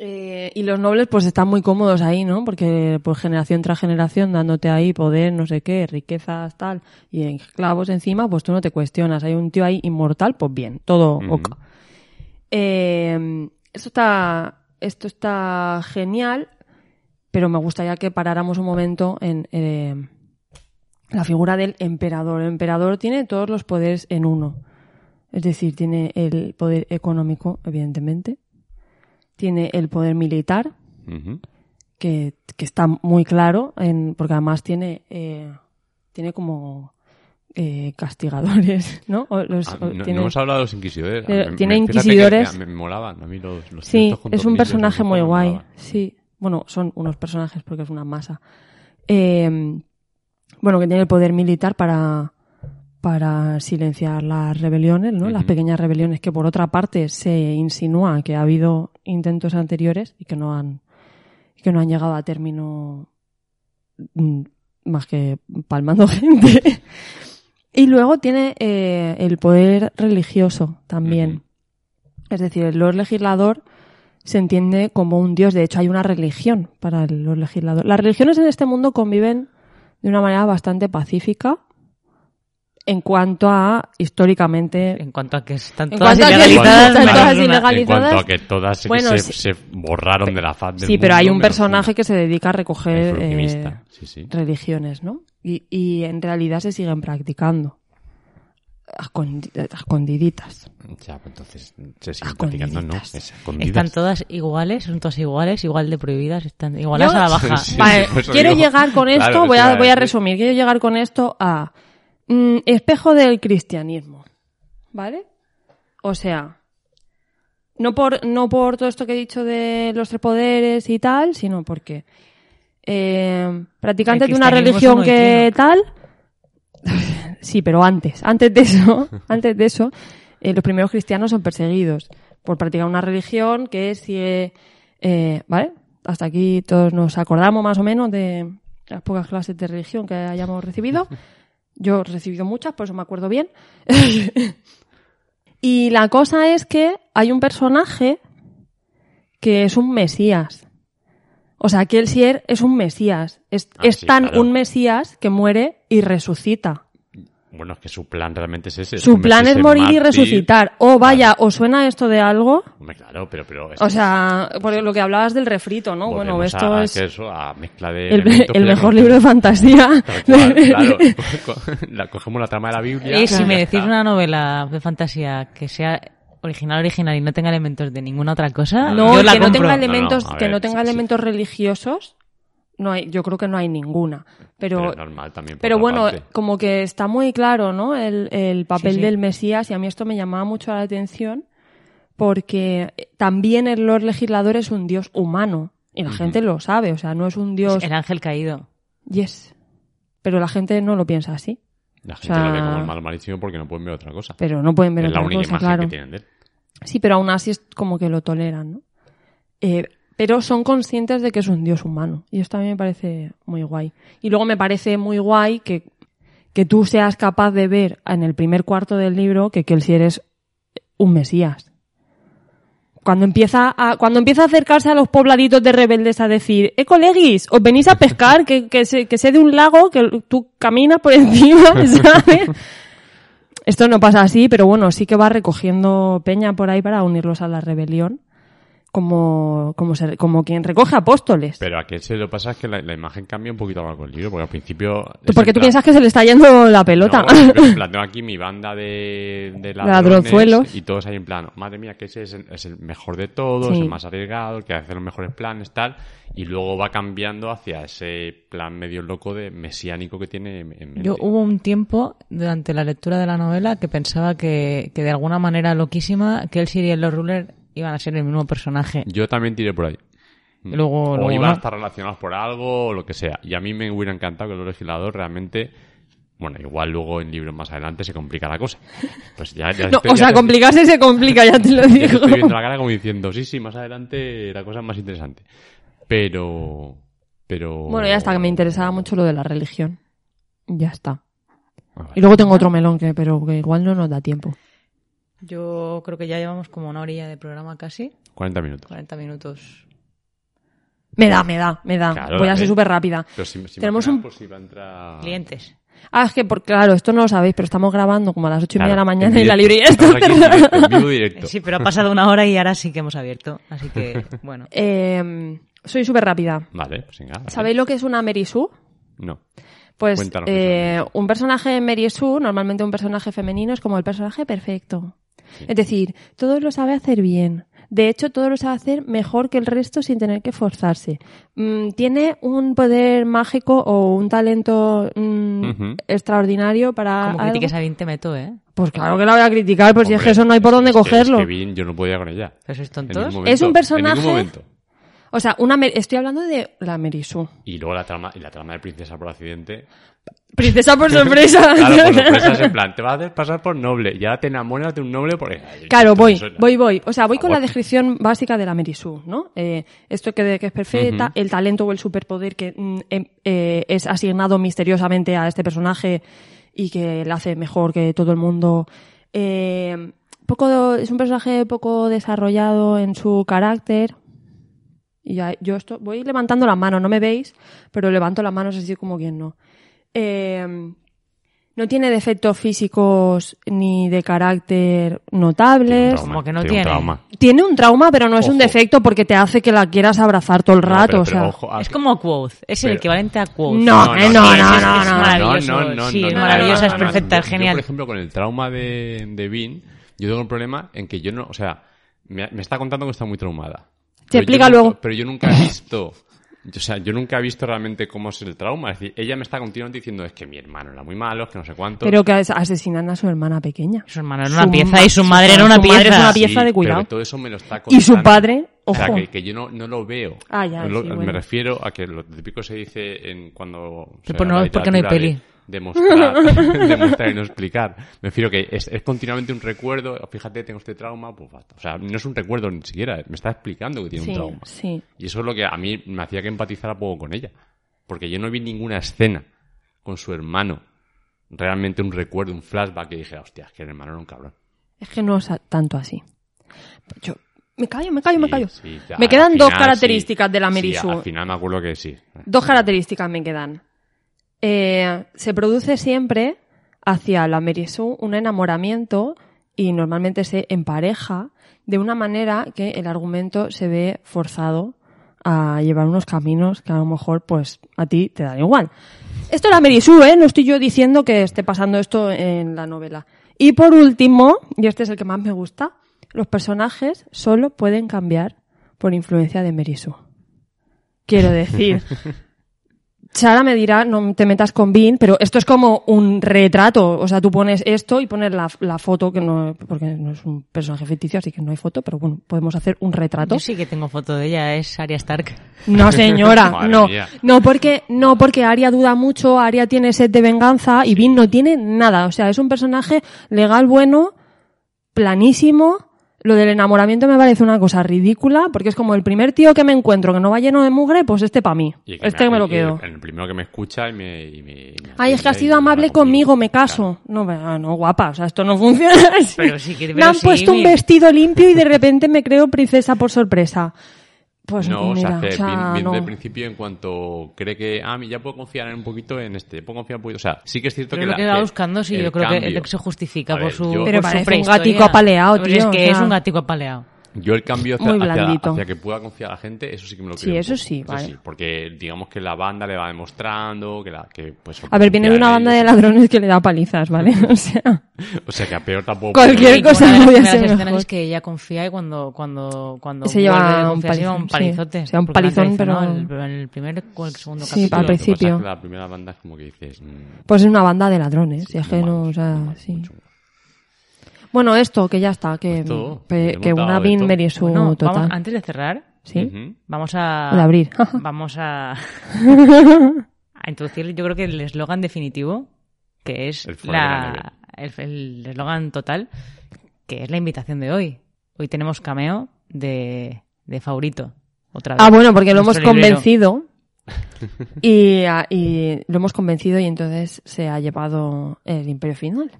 Speaker 2: Eh, y los nobles pues están muy cómodos ahí, ¿no? Porque por generación tras generación dándote ahí poder, no sé qué, riquezas, tal, y esclavos encima, pues tú no te cuestionas. Hay un tío ahí inmortal, pues bien, todo
Speaker 1: Ujú.
Speaker 2: ok. Eh, eso está, esto está genial, pero me gustaría que paráramos un momento en eh, la figura del emperador. El emperador tiene todos los poderes en uno. Es decir, tiene el poder económico, evidentemente, tiene el poder militar,
Speaker 1: Ujú.
Speaker 2: que, que está muy claro, en, porque además tiene, eh, tiene como eh, castigadores, ¿no? O los-
Speaker 1: Ah,
Speaker 2: Pues, o
Speaker 1: no,
Speaker 2: tiene-
Speaker 1: no hemos hablado de los inquisidores.
Speaker 2: Pero
Speaker 1: Ah, me-
Speaker 2: tiene
Speaker 1: me- fíjate que
Speaker 2: inquisidores.
Speaker 1: Me, me molaban a mí los, los
Speaker 2: Sí,
Speaker 1: ciertos con
Speaker 2: es un
Speaker 1: tornillos,
Speaker 2: personaje
Speaker 1: los
Speaker 2: muy
Speaker 1: ojos me
Speaker 2: guay.
Speaker 1: molaban.
Speaker 2: Sí, bueno, son unos personajes porque es una masa. Eh, bueno, que tiene el poder militar para, para silenciar las rebeliones, ¿no? Las
Speaker 1: Ujú.
Speaker 2: pequeñas rebeliones que por otra parte se insinúa que ha habido intentos anteriores y que no han, que no han llegado a término mm, más que palmando gente. y luego tiene eh, el poder religioso también.
Speaker 1: Ujú.
Speaker 2: Es decir, el Lord Legislador se entiende como un dios. De hecho, hay una religión para el Lord Legislador. Las religiones en este mundo conviven de una manera bastante pacífica en cuanto a históricamente.
Speaker 3: En cuanto a que están
Speaker 2: En
Speaker 3: todas
Speaker 2: cuanto a que
Speaker 3: ilegalizadas.
Speaker 2: están
Speaker 3: menos
Speaker 2: todas
Speaker 3: una.
Speaker 2: ilegalizadas.
Speaker 1: En
Speaker 2: Legalizadas.
Speaker 1: cuanto a que todas se-
Speaker 2: Bueno,
Speaker 1: se,
Speaker 2: sí.
Speaker 1: se borraron de la faz del
Speaker 2: Sí, pero hay
Speaker 1: mundo,
Speaker 2: un
Speaker 1: menos
Speaker 2: personaje
Speaker 1: una.
Speaker 2: que se dedica a
Speaker 1: El
Speaker 2: recoger
Speaker 1: fructivista,
Speaker 2: eh,
Speaker 1: sí, sí.
Speaker 2: religiones, ¿no? Y, y en realidad se siguen practicando. A escondi- a escondiditas.
Speaker 1: Ya, pues entonces se siguen practicando, ¿no?
Speaker 2: Escondiditas.
Speaker 1: Es escondidas.
Speaker 3: Están todas iguales, son todas iguales, igual de prohibidas, están igualas a la baja.
Speaker 1: Sí,
Speaker 2: Vale,
Speaker 1: por eso
Speaker 2: quiero
Speaker 1: digo.
Speaker 2: llegar con
Speaker 1: Claro,
Speaker 2: esto,
Speaker 1: eso
Speaker 2: voy,
Speaker 1: iba
Speaker 2: a,
Speaker 1: a
Speaker 2: voy a
Speaker 1: decir.
Speaker 2: resumir, quiero llegar con esto a mm, espejo del cristianismo, ¿vale? O sea, no por, no por todo esto que he dicho de los tres poderes y tal, sino porque eh, practicantes
Speaker 3: El
Speaker 2: de una
Speaker 3: cristianismo
Speaker 2: religión
Speaker 3: es uno y
Speaker 2: que tal, sí, pero antes, antes de eso, antes de eso, eh, los primeros cristianos son perseguidos por practicar una religión que sigue, eh, ¿vale? Hasta aquí todos nos acordamos más o menos de las pocas clases de religión que hayamos recibido. Yo he recibido muchas, por eso me acuerdo bien. y la cosa es que hay un personaje que es un mesías. O sea, que el Sier es un mesías. Es,
Speaker 1: Ah,
Speaker 2: es
Speaker 1: sí,
Speaker 2: tan
Speaker 1: claro.
Speaker 2: un mesías que muere y resucita.
Speaker 1: Bueno, es que su plan realmente es ese.
Speaker 2: Su
Speaker 1: comerse
Speaker 2: plan es
Speaker 1: ese
Speaker 2: morir y
Speaker 1: mártir.
Speaker 2: resucitar. Oh, vaya, ¿os suena esto de algo?
Speaker 1: Hombre, claro, pero... pero es-
Speaker 2: O sea,
Speaker 1: Pues-
Speaker 2: por lo que hablabas del refrito, ¿no? Bueno,
Speaker 1: volvemos
Speaker 2: esto
Speaker 1: a, a
Speaker 2: es
Speaker 1: que eso, a mezcla de...
Speaker 2: el,
Speaker 1: elementos
Speaker 2: el
Speaker 1: que ya
Speaker 2: mejor
Speaker 1: conocemos.
Speaker 2: libro de fantasía.
Speaker 1: Tal cual, Claro, Co- la, cogemos la trama de la Biblia.
Speaker 2: Eh,
Speaker 3: Y si
Speaker 1: ya
Speaker 3: me
Speaker 1: está.
Speaker 3: decís una novela de fantasía que sea original, original y no tenga elementos de ninguna otra cosa,
Speaker 2: No,
Speaker 3: yo
Speaker 2: y
Speaker 3: la
Speaker 2: que no
Speaker 3: compro.
Speaker 2: tenga
Speaker 1: ele-
Speaker 2: elementos,
Speaker 1: No, no, a
Speaker 2: que
Speaker 1: ver,
Speaker 2: no tenga
Speaker 1: sí, sí.
Speaker 2: elementos religiosos, no hay, yo creo que no hay ninguna. Pero,
Speaker 1: Pero es
Speaker 2: pero,
Speaker 1: normal también. por otra
Speaker 2: bueno,
Speaker 1: parte.
Speaker 2: como que está muy claro, ¿no? El, el papel
Speaker 3: Sí, sí.
Speaker 2: del Mesías, y a mí esto me llamaba mucho la atención, porque eh, también el Lord Legislador es un dios humano, y la
Speaker 1: Ujú. Pues
Speaker 2: gente lo sabe, o sea, no es un dios.
Speaker 3: El ángel caído.
Speaker 2: Yes. Pero la gente no lo piensa así,
Speaker 1: La gente
Speaker 2: sea-
Speaker 1: lo ve como el mal malísimo porque no pueden ver otra cosa.
Speaker 2: pero no pueden ver
Speaker 1: es la
Speaker 2: otra
Speaker 1: única
Speaker 2: cosa,
Speaker 1: imagen
Speaker 2: claro.
Speaker 1: que tienen de él.
Speaker 2: Sí, pero aún así es como que lo toleran, ¿no? Eh, pero son conscientes de que es un dios humano. Y esto a mí me parece muy guay. Y luego me parece muy guay que, que tú seas capaz de ver en el primer cuarto del libro que Kelsier es un mesías. Cuando empieza, a, cuando empieza a acercarse a los pobladitos de rebeldes a decir, eh, coleguis, os venís a pescar, que, que, se, que sé de un lago, que tú caminas por encima, ¿sabes? Esto no pasa así, pero bueno, sí que va recogiendo peña por ahí para unirlos a la rebelión, como, como, se- como quien recoge apóstoles.
Speaker 1: Pero a que se lo pasa es que la, la imagen cambia un poquito más con el libro, porque al principio...
Speaker 2: Tú- porque tú
Speaker 1: piensas
Speaker 2: piensas que se le está yendo la pelota.
Speaker 1: No, yo creo que, en plan, tengo aquí mi banda de, de
Speaker 2: Ladronzuelos.
Speaker 1: Y todos ahí en plan, madre mía, que ese es el, es el mejor de todos,
Speaker 2: Sí.
Speaker 1: el más arriesgado, el que hace los mejores planes, tal. Y luego va cambiando hacia ese plan medio loco de mesiánico que tiene en en mente.
Speaker 3: Yo hubo un tiempo durante la lectura de la novela que pensaba que, que de alguna manera loquísima que el Siri y el Lord Ruler iban a ser el mismo personaje.
Speaker 1: Yo también tiré por ahí.
Speaker 3: Y luego-
Speaker 1: Mm. o
Speaker 3: luego
Speaker 1: iban a
Speaker 3: no.
Speaker 1: estar relacionados por algo o lo que sea. Y a mí me hubiera encantado que el legislador realmente... Bueno, igual luego en libros más adelante se complica la cosa. Pues ya, ya
Speaker 2: No,
Speaker 1: estoy-
Speaker 2: o
Speaker 1: ya
Speaker 2: sea,
Speaker 1: te-
Speaker 2: complicarse se complica, ya te lo
Speaker 1: Yo te
Speaker 2: digo.
Speaker 1: estoy viendo la cara como diciendo, sí, sí, más adelante la cosa es más interesante. Pero... Pero...
Speaker 2: Bueno, ya está, que me interesaba mucho lo de la religión. Ya está.
Speaker 1: Ah, vale.
Speaker 2: Y luego tengo otro melón que, pero que igual no nos da tiempo.
Speaker 3: Yo creo que ya llevamos como una orilla de programa casi,
Speaker 1: 40 minutos.
Speaker 3: 40 minutos.
Speaker 2: Me da, me da, me da.
Speaker 1: Claro,
Speaker 2: Voy a
Speaker 1: dale.
Speaker 2: ser súper rápida.
Speaker 1: Pero si, si
Speaker 2: Tenemos
Speaker 1: imaginas,
Speaker 2: un-
Speaker 1: pues, si va a entrar-
Speaker 3: Clientes.
Speaker 2: Ah, es que, por, claro, esto no lo sabéis, pero estamos grabando como a las ocho y media de la
Speaker 1: Claro,
Speaker 2: mañana
Speaker 1: en
Speaker 2: y la
Speaker 1: directo.
Speaker 2: librería está
Speaker 1: Estamos aquí en
Speaker 2: cerrada.
Speaker 1: directo, en vivo directo.
Speaker 3: Sí, pero ha pasado una hora y ahora sí que hemos abierto. Así que, bueno.
Speaker 2: Eh, soy súper rápida.
Speaker 1: Vale, pues venga. vale.
Speaker 2: ¿Sabéis lo que es una Merisú?
Speaker 1: No.
Speaker 2: Pues
Speaker 1: Cuéntanos,
Speaker 2: eh, un personaje de Mary Sue, normalmente un personaje femenino, es como el personaje perfecto. Es decir, todo lo sabe hacer bien. De hecho, todo lo sabe hacer mejor que el resto sin tener que forzarse. Mm, tiene un poder mágico o un talento mm,
Speaker 1: Ujú.
Speaker 2: extraordinario para...
Speaker 3: Como
Speaker 2: algo.
Speaker 3: critiques a 20 meto, ¿eh?
Speaker 2: Pues claro que la voy a criticar, por si es
Speaker 1: Hombre,
Speaker 2: que eso no hay por
Speaker 1: es
Speaker 2: dónde
Speaker 1: que- es
Speaker 2: cogerlo.
Speaker 1: que Vin, yo no podía con ella.
Speaker 3: ¿Pero sois
Speaker 1: En ningún
Speaker 3: tontos?
Speaker 1: momento,
Speaker 2: Es un
Speaker 1: en ningún
Speaker 2: personaje-
Speaker 1: momento.
Speaker 2: O sea, una, Mer- estoy hablando de la Mary Sue.
Speaker 1: Y luego la trama, y la trama de Princesa por accidente.
Speaker 2: Princesa por sorpresa.
Speaker 1: Claro, por sorpresas en plan, te vas a hacer pasar por noble. Y ahora te enamoras de un noble porque...
Speaker 2: Claro, voy,
Speaker 1: Eso era.
Speaker 2: voy, voy. O sea, voy con la
Speaker 1: favor.
Speaker 2: descripción básica de la Merisú, ¿no? Eh, esto que, de- que es perfecta, el talento o el superpoder que mm, em- eh, es asignado misteriosamente a este personaje y que le hace mejor que todo el mundo. Eh, poco, es un personaje poco desarrollado en su carácter. Y ya- yo esto, voy levantando las manos, no me veis, pero levanto las manos así como quien no. Eh, no tiene defectos físicos ni de carácter
Speaker 1: Tiene un
Speaker 2: notables.
Speaker 1: trauma,
Speaker 3: Como que no
Speaker 1: un
Speaker 3: tiene.
Speaker 1: trauma.
Speaker 2: Tiene un trauma, pero no es un
Speaker 1: Ojo.
Speaker 2: defecto porque te hace que la quieras abrazar todo el
Speaker 1: No,
Speaker 2: rato.
Speaker 1: pero-
Speaker 2: o
Speaker 1: pero
Speaker 2: sea,
Speaker 1: ojo, ah,
Speaker 3: Es como Quoth. Es el
Speaker 1: Pero-
Speaker 3: equivalente a Quoth.
Speaker 2: No, eh, no,
Speaker 1: sí, sí,
Speaker 2: no,
Speaker 1: sí,
Speaker 2: no, no.
Speaker 1: sí,
Speaker 3: Maravilloso, sí,
Speaker 1: no, no,
Speaker 3: maravillosa,
Speaker 1: no,
Speaker 3: es
Speaker 1: no, no,
Speaker 3: perfecta,
Speaker 1: no.
Speaker 3: es genial.
Speaker 1: Yo, por ejemplo, con el trauma de, de Vin, yo tengo un problema en que yo no, o sea, me, me está contando que está muy traumada. Pero yo
Speaker 2: explica
Speaker 1: nunca-
Speaker 2: luego.
Speaker 1: Pero yo nunca he visto, o sea, yo nunca he visto realmente cómo es el trauma. Es decir, ella me está continuamente diciendo, es que mi hermano era muy malo, es que no sé cuánto.
Speaker 2: pero que as- asesinan a su hermana pequeña.
Speaker 3: Su hermano era una
Speaker 2: Su
Speaker 3: pieza
Speaker 2: ma-
Speaker 3: y su
Speaker 2: su-
Speaker 3: madre era una
Speaker 2: su madre
Speaker 3: pieza.
Speaker 2: es una
Speaker 1: Sí,
Speaker 2: pieza de cuidado.
Speaker 1: Pero que todo eso me lo está
Speaker 2: Y su
Speaker 1: contando.
Speaker 2: padre,
Speaker 1: O sea,
Speaker 2: ojo.
Speaker 1: que, que yo no, no lo veo.
Speaker 2: Ah, ya,
Speaker 1: No lo-
Speaker 2: sí,
Speaker 1: me
Speaker 2: bueno.
Speaker 1: refiero a que lo típico se dice en cuando. se
Speaker 2: pues
Speaker 3: Pero
Speaker 1: habla
Speaker 3: no,
Speaker 1: de
Speaker 3: es porque no hay
Speaker 1: literatura
Speaker 3: peli.
Speaker 1: de- Demostrar, demostrar y no explicar. Me refiero que es, es continuamente un recuerdo. Fíjate, tengo este trauma, pues basta. O sea, no es un recuerdo ni siquiera. Me está explicando que tiene
Speaker 2: Sí,
Speaker 1: un trauma.
Speaker 2: sí.
Speaker 1: Y eso es lo que a mí me hacía que empatizara poco con ella. Porque yo no vi ninguna escena con su hermano. Realmente un recuerdo, un flashback que dije, hostia, es que el hermano era un cabrón.
Speaker 2: Es que no es a- tanto así. Yo me callo, me callo, me
Speaker 1: Sí,
Speaker 2: callo.
Speaker 1: sí, ya,
Speaker 2: me
Speaker 1: al
Speaker 2: quedan dos
Speaker 1: final,
Speaker 2: características
Speaker 1: sí.
Speaker 2: de la
Speaker 1: Sí,
Speaker 2: Merisú.
Speaker 1: al final me acuerdo que sí.
Speaker 2: Dos características me quedan. Eh, se produce siempre hacia la Merisu un enamoramiento y normalmente se empareja de una manera que el argumento se ve forzado a llevar unos caminos que a lo mejor pues a ti te dan igual. Esto es la Merisu, ¿eh? No estoy yo diciendo que esté pasando esto en la novela. Y por último, y este es el que más me gusta, los personajes solo pueden cambiar por influencia de Merisu. Quiero decir, Sara me dirá, no te metas con Bean, pero esto es como un retrato. O sea, tú pones esto y pones la, la foto, que no, porque no es un personaje ficticio, así que no hay foto, pero bueno, podemos hacer un retrato.
Speaker 3: Yo sí que tengo foto de ella, es Arya Stark.
Speaker 2: No, señora,
Speaker 1: Madre
Speaker 2: no.
Speaker 1: mía.
Speaker 2: No porque, no, porque Aria duda mucho, Aria tiene sed de venganza y Vin no tiene nada. O sea, es un personaje legal, bueno, planísimo. Lo del enamoramiento me parece una cosa ridícula, porque es como el primer tío que me encuentro que no va lleno de mugre, pues este para mí.
Speaker 1: Y
Speaker 2: este me lo
Speaker 1: y
Speaker 2: quedo.
Speaker 1: El, el primero que me escucha y me. y me- y me
Speaker 2: Ay, es que has
Speaker 1: atiende
Speaker 2: sido
Speaker 1: y habla
Speaker 2: amable conmigo, me caso. No, ah, no, guapa, o sea, esto no funciona así.
Speaker 3: Pero sí que-
Speaker 2: me han
Speaker 3: pero sí,
Speaker 2: puesto un
Speaker 3: mira.
Speaker 2: vestido limpio y de repente me creo princesa por sorpresa. Pues
Speaker 1: No,
Speaker 2: mira,
Speaker 1: se hace
Speaker 2: o sea,
Speaker 1: bien, bien
Speaker 2: no.
Speaker 1: de principio en cuanto cree que, ah, mi, ya puedo confiar en un poquito en este, puedo confiar un poquito. O sea, sí que es cierto
Speaker 3: Pero
Speaker 1: que
Speaker 3: lo
Speaker 1: la-
Speaker 3: que va buscando, sí,
Speaker 1: el
Speaker 3: yo creo
Speaker 1: cambio-
Speaker 3: que se justifica
Speaker 1: A
Speaker 3: por
Speaker 1: ver,
Speaker 3: su.
Speaker 1: yo-
Speaker 3: por
Speaker 1: Pero
Speaker 3: su
Speaker 2: parece un
Speaker 3: prehistoria.
Speaker 2: gatico apaleado,
Speaker 3: Pero Es
Speaker 2: tío,
Speaker 3: que
Speaker 2: o
Speaker 3: es
Speaker 2: sea.
Speaker 3: un gatico apaleado.
Speaker 1: Yo el cambio hacia,
Speaker 2: Muy
Speaker 1: hacia,
Speaker 2: blandito.
Speaker 1: hacia que pueda confiar la gente, eso sí que me lo
Speaker 2: Sí,
Speaker 1: creo. un
Speaker 2: eso
Speaker 1: poco.
Speaker 2: sí, vale.
Speaker 1: porque digamos que la banda le va demostrando que la que pues
Speaker 2: A ver, viene de una banda de ladrones que le da palizas, ¿vale? O sea,
Speaker 1: O sea, que a peor tampoco.
Speaker 2: Cualquier
Speaker 3: Y
Speaker 1: puede ir.
Speaker 2: cosa
Speaker 3: una de las
Speaker 2: podía
Speaker 3: primeras
Speaker 2: ser
Speaker 3: escenas
Speaker 2: mejor.
Speaker 3: es que ella confía y cuando cuando cuando
Speaker 2: Se lleva
Speaker 3: vuelve de
Speaker 2: un
Speaker 3: confiar, se lleva un
Speaker 2: palizón, sí.
Speaker 3: palizote.
Speaker 2: Se lleva un
Speaker 3: Porque la
Speaker 2: palizón, pero-
Speaker 3: traicionó el- en el primer o el segundo
Speaker 2: Sí,
Speaker 1: Sí,
Speaker 2: al
Speaker 1: lo que
Speaker 3: capítulo.
Speaker 1: pasa es que
Speaker 2: principio.
Speaker 1: la primera banda es como que dices. mm,
Speaker 2: pues es una banda de ladrones, si es que
Speaker 1: muy
Speaker 2: no,
Speaker 1: malos,
Speaker 2: o sea,
Speaker 1: muy malos,
Speaker 2: sí.
Speaker 1: muy chungos.
Speaker 2: Bueno, esto, que ya está, que,
Speaker 1: Pues todo,
Speaker 2: pe-
Speaker 1: hemos
Speaker 2: que una
Speaker 1: dado de
Speaker 2: Bin
Speaker 1: todo.
Speaker 2: Mary Sue
Speaker 3: Bueno,
Speaker 2: total.
Speaker 3: vamos- antes de cerrar,
Speaker 2: ¿Sí?
Speaker 1: Ujú.
Speaker 3: vamos a
Speaker 2: De abrir.
Speaker 3: vamos a a introducir yo creo que el eslogan definitivo que es
Speaker 1: El fuera de la
Speaker 3: la el el eslogan total que es la invitación de hoy hoy tenemos cameo de, de favorito otra vez
Speaker 2: Ah, bueno, porque lo hemos
Speaker 3: Nuestro librero.
Speaker 2: convencido. Y, ah, y lo hemos convencido y entonces se ha llevado el imperio final.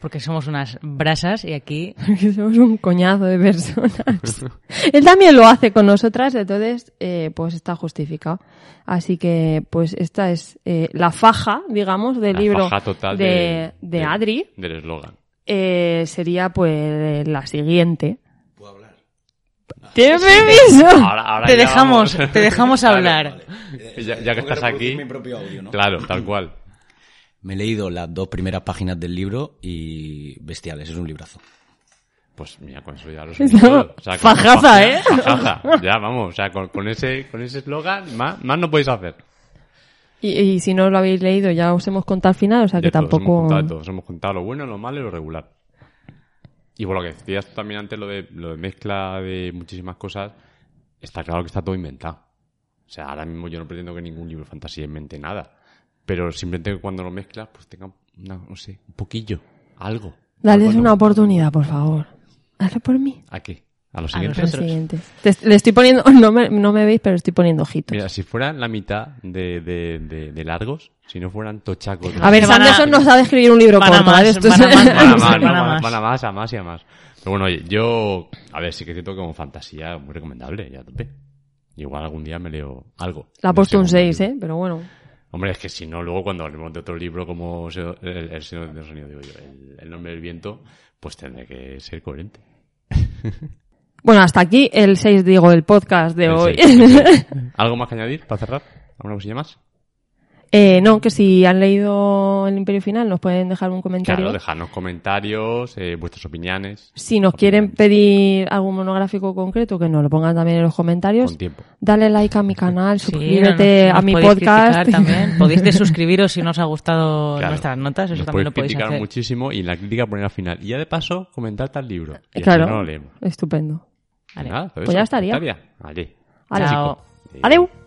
Speaker 3: porque somos unas brasas y aquí
Speaker 2: Porque somos un coñazo de personas. Él también lo hace con nosotras, entonces eh, pues está justificado. Así que pues esta es eh, la faja, digamos, del
Speaker 1: La
Speaker 2: Este libro
Speaker 1: faja total
Speaker 2: de,
Speaker 1: de,
Speaker 2: de
Speaker 1: del-
Speaker 2: Adri.
Speaker 1: Del eslogan.
Speaker 2: Eh, sería pues la siguiente. ¿Puedo hablar? ¡Tiene permiso! Ah.
Speaker 1: Ahora, ahora
Speaker 3: te
Speaker 1: ya
Speaker 3: dejamos
Speaker 1: vamos.
Speaker 3: te dejamos
Speaker 1: Claro.
Speaker 3: hablar
Speaker 1: Que ya- ya que
Speaker 4: Tengo
Speaker 1: estás
Speaker 4: reproducir
Speaker 1: aquí-
Speaker 4: mi propio audio, ¿no?
Speaker 1: Claro, tal cual.
Speaker 4: Me he leído las dos primeras páginas del libro y bestiales, es un librazo.
Speaker 1: Pues mira, con eso ya lo sé.
Speaker 2: Está
Speaker 1: con-
Speaker 2: fajaza, ¿eh?
Speaker 1: Fajaza, ya vamos. O sea, con, con ese con ese eslogan, más, más no podéis hacer.
Speaker 2: Y, y si no lo habéis leído, ya os hemos contado al final, o sea que
Speaker 1: De todos, Hemos
Speaker 2: tampoco.
Speaker 1: contado de todos. Hemos contado lo bueno, lo malo y lo regular. Y por lo que decías tú también antes, lo de, lo de mezcla de muchísimas cosas, está claro que está todo inventado. O sea, ahora mismo yo no pretendo que ningún libro de fantasía invente nada. Pero simplemente que cuando lo mezclas, pues tenga, una- no sé, un poquillo, algo.
Speaker 2: Dales
Speaker 1: Algo
Speaker 2: una
Speaker 1: no-
Speaker 2: oportunidad, por favor. Hazlo por mí.
Speaker 1: ¿A qué? ¿A los
Speaker 3: A
Speaker 1: siguientes?
Speaker 2: Al
Speaker 3: Nosotros.
Speaker 2: siguiente. Te- le estoy poniendo. No me, no me veis, pero estoy poniendo ojitos.
Speaker 1: Mira, si fueran la mitad de, de, de, de largos, si no fueran tochacos. de-
Speaker 2: a ver,
Speaker 3: Van a-
Speaker 2: Sanderson no sabe escribir un libro
Speaker 3: Van a
Speaker 2: corto,
Speaker 3: más,
Speaker 2: ¿vale? Esto
Speaker 3: van a
Speaker 2: es-
Speaker 3: más,
Speaker 1: Van a más, ¿no?
Speaker 3: Sí, van a
Speaker 1: Van-
Speaker 3: más.
Speaker 1: van a más, a más y a más. Pero bueno, oye, yo... A ver, sí que siento como fantasía muy recomendable, ya a tope. Igual algún día me leo algo.
Speaker 2: Le ha puesto un
Speaker 1: segundo
Speaker 2: 6,
Speaker 1: libro.
Speaker 2: ¿eh? Pero bueno.
Speaker 1: Hombre, es que si no, luego cuando hablemos de otro libro como se- El, el Señor del Sonido, digo yo, el, el Nombre del Viento, pues tendré que ser coherente.
Speaker 2: Bueno, hasta aquí el 6, digo, el podcast de
Speaker 1: El
Speaker 2: hoy.
Speaker 1: seis, el seis. ¿Algo más que añadir para cerrar? ¿Alguna cosilla más?
Speaker 2: Eh, no, que si han leído El Imperio Final, nos pueden dejar un comentario.
Speaker 1: Claro, dejadnos comentarios, eh, vuestras opiniones,
Speaker 2: si nos quieren pedir algún monográfico concreto, que nos lo pongan también en los comentarios.
Speaker 1: con tiempo.
Speaker 2: Dale like a mi canal,
Speaker 3: Sí,
Speaker 2: suscríbete
Speaker 3: no, no,
Speaker 2: a
Speaker 3: nos
Speaker 2: mi
Speaker 3: podéis criticar
Speaker 2: podcast.
Speaker 3: También. Podéis desuscribiros si no os ha gustado
Speaker 1: Claro.
Speaker 3: nuestras notas, eso
Speaker 1: Nos
Speaker 3: también lo podéis
Speaker 1: criticar
Speaker 3: hacer.
Speaker 1: muchísimo y en la crítica poner al final. Y ya de paso, comentar tal libro. Y así
Speaker 2: Claro.
Speaker 1: no lo leemos.
Speaker 2: Estupendo.
Speaker 3: Vale.
Speaker 1: Nada, todo
Speaker 2: Pues
Speaker 1: eso.
Speaker 2: ya estaría.
Speaker 1: Vale.
Speaker 2: Vale.
Speaker 3: Chao.
Speaker 1: Eh,
Speaker 2: Adeu.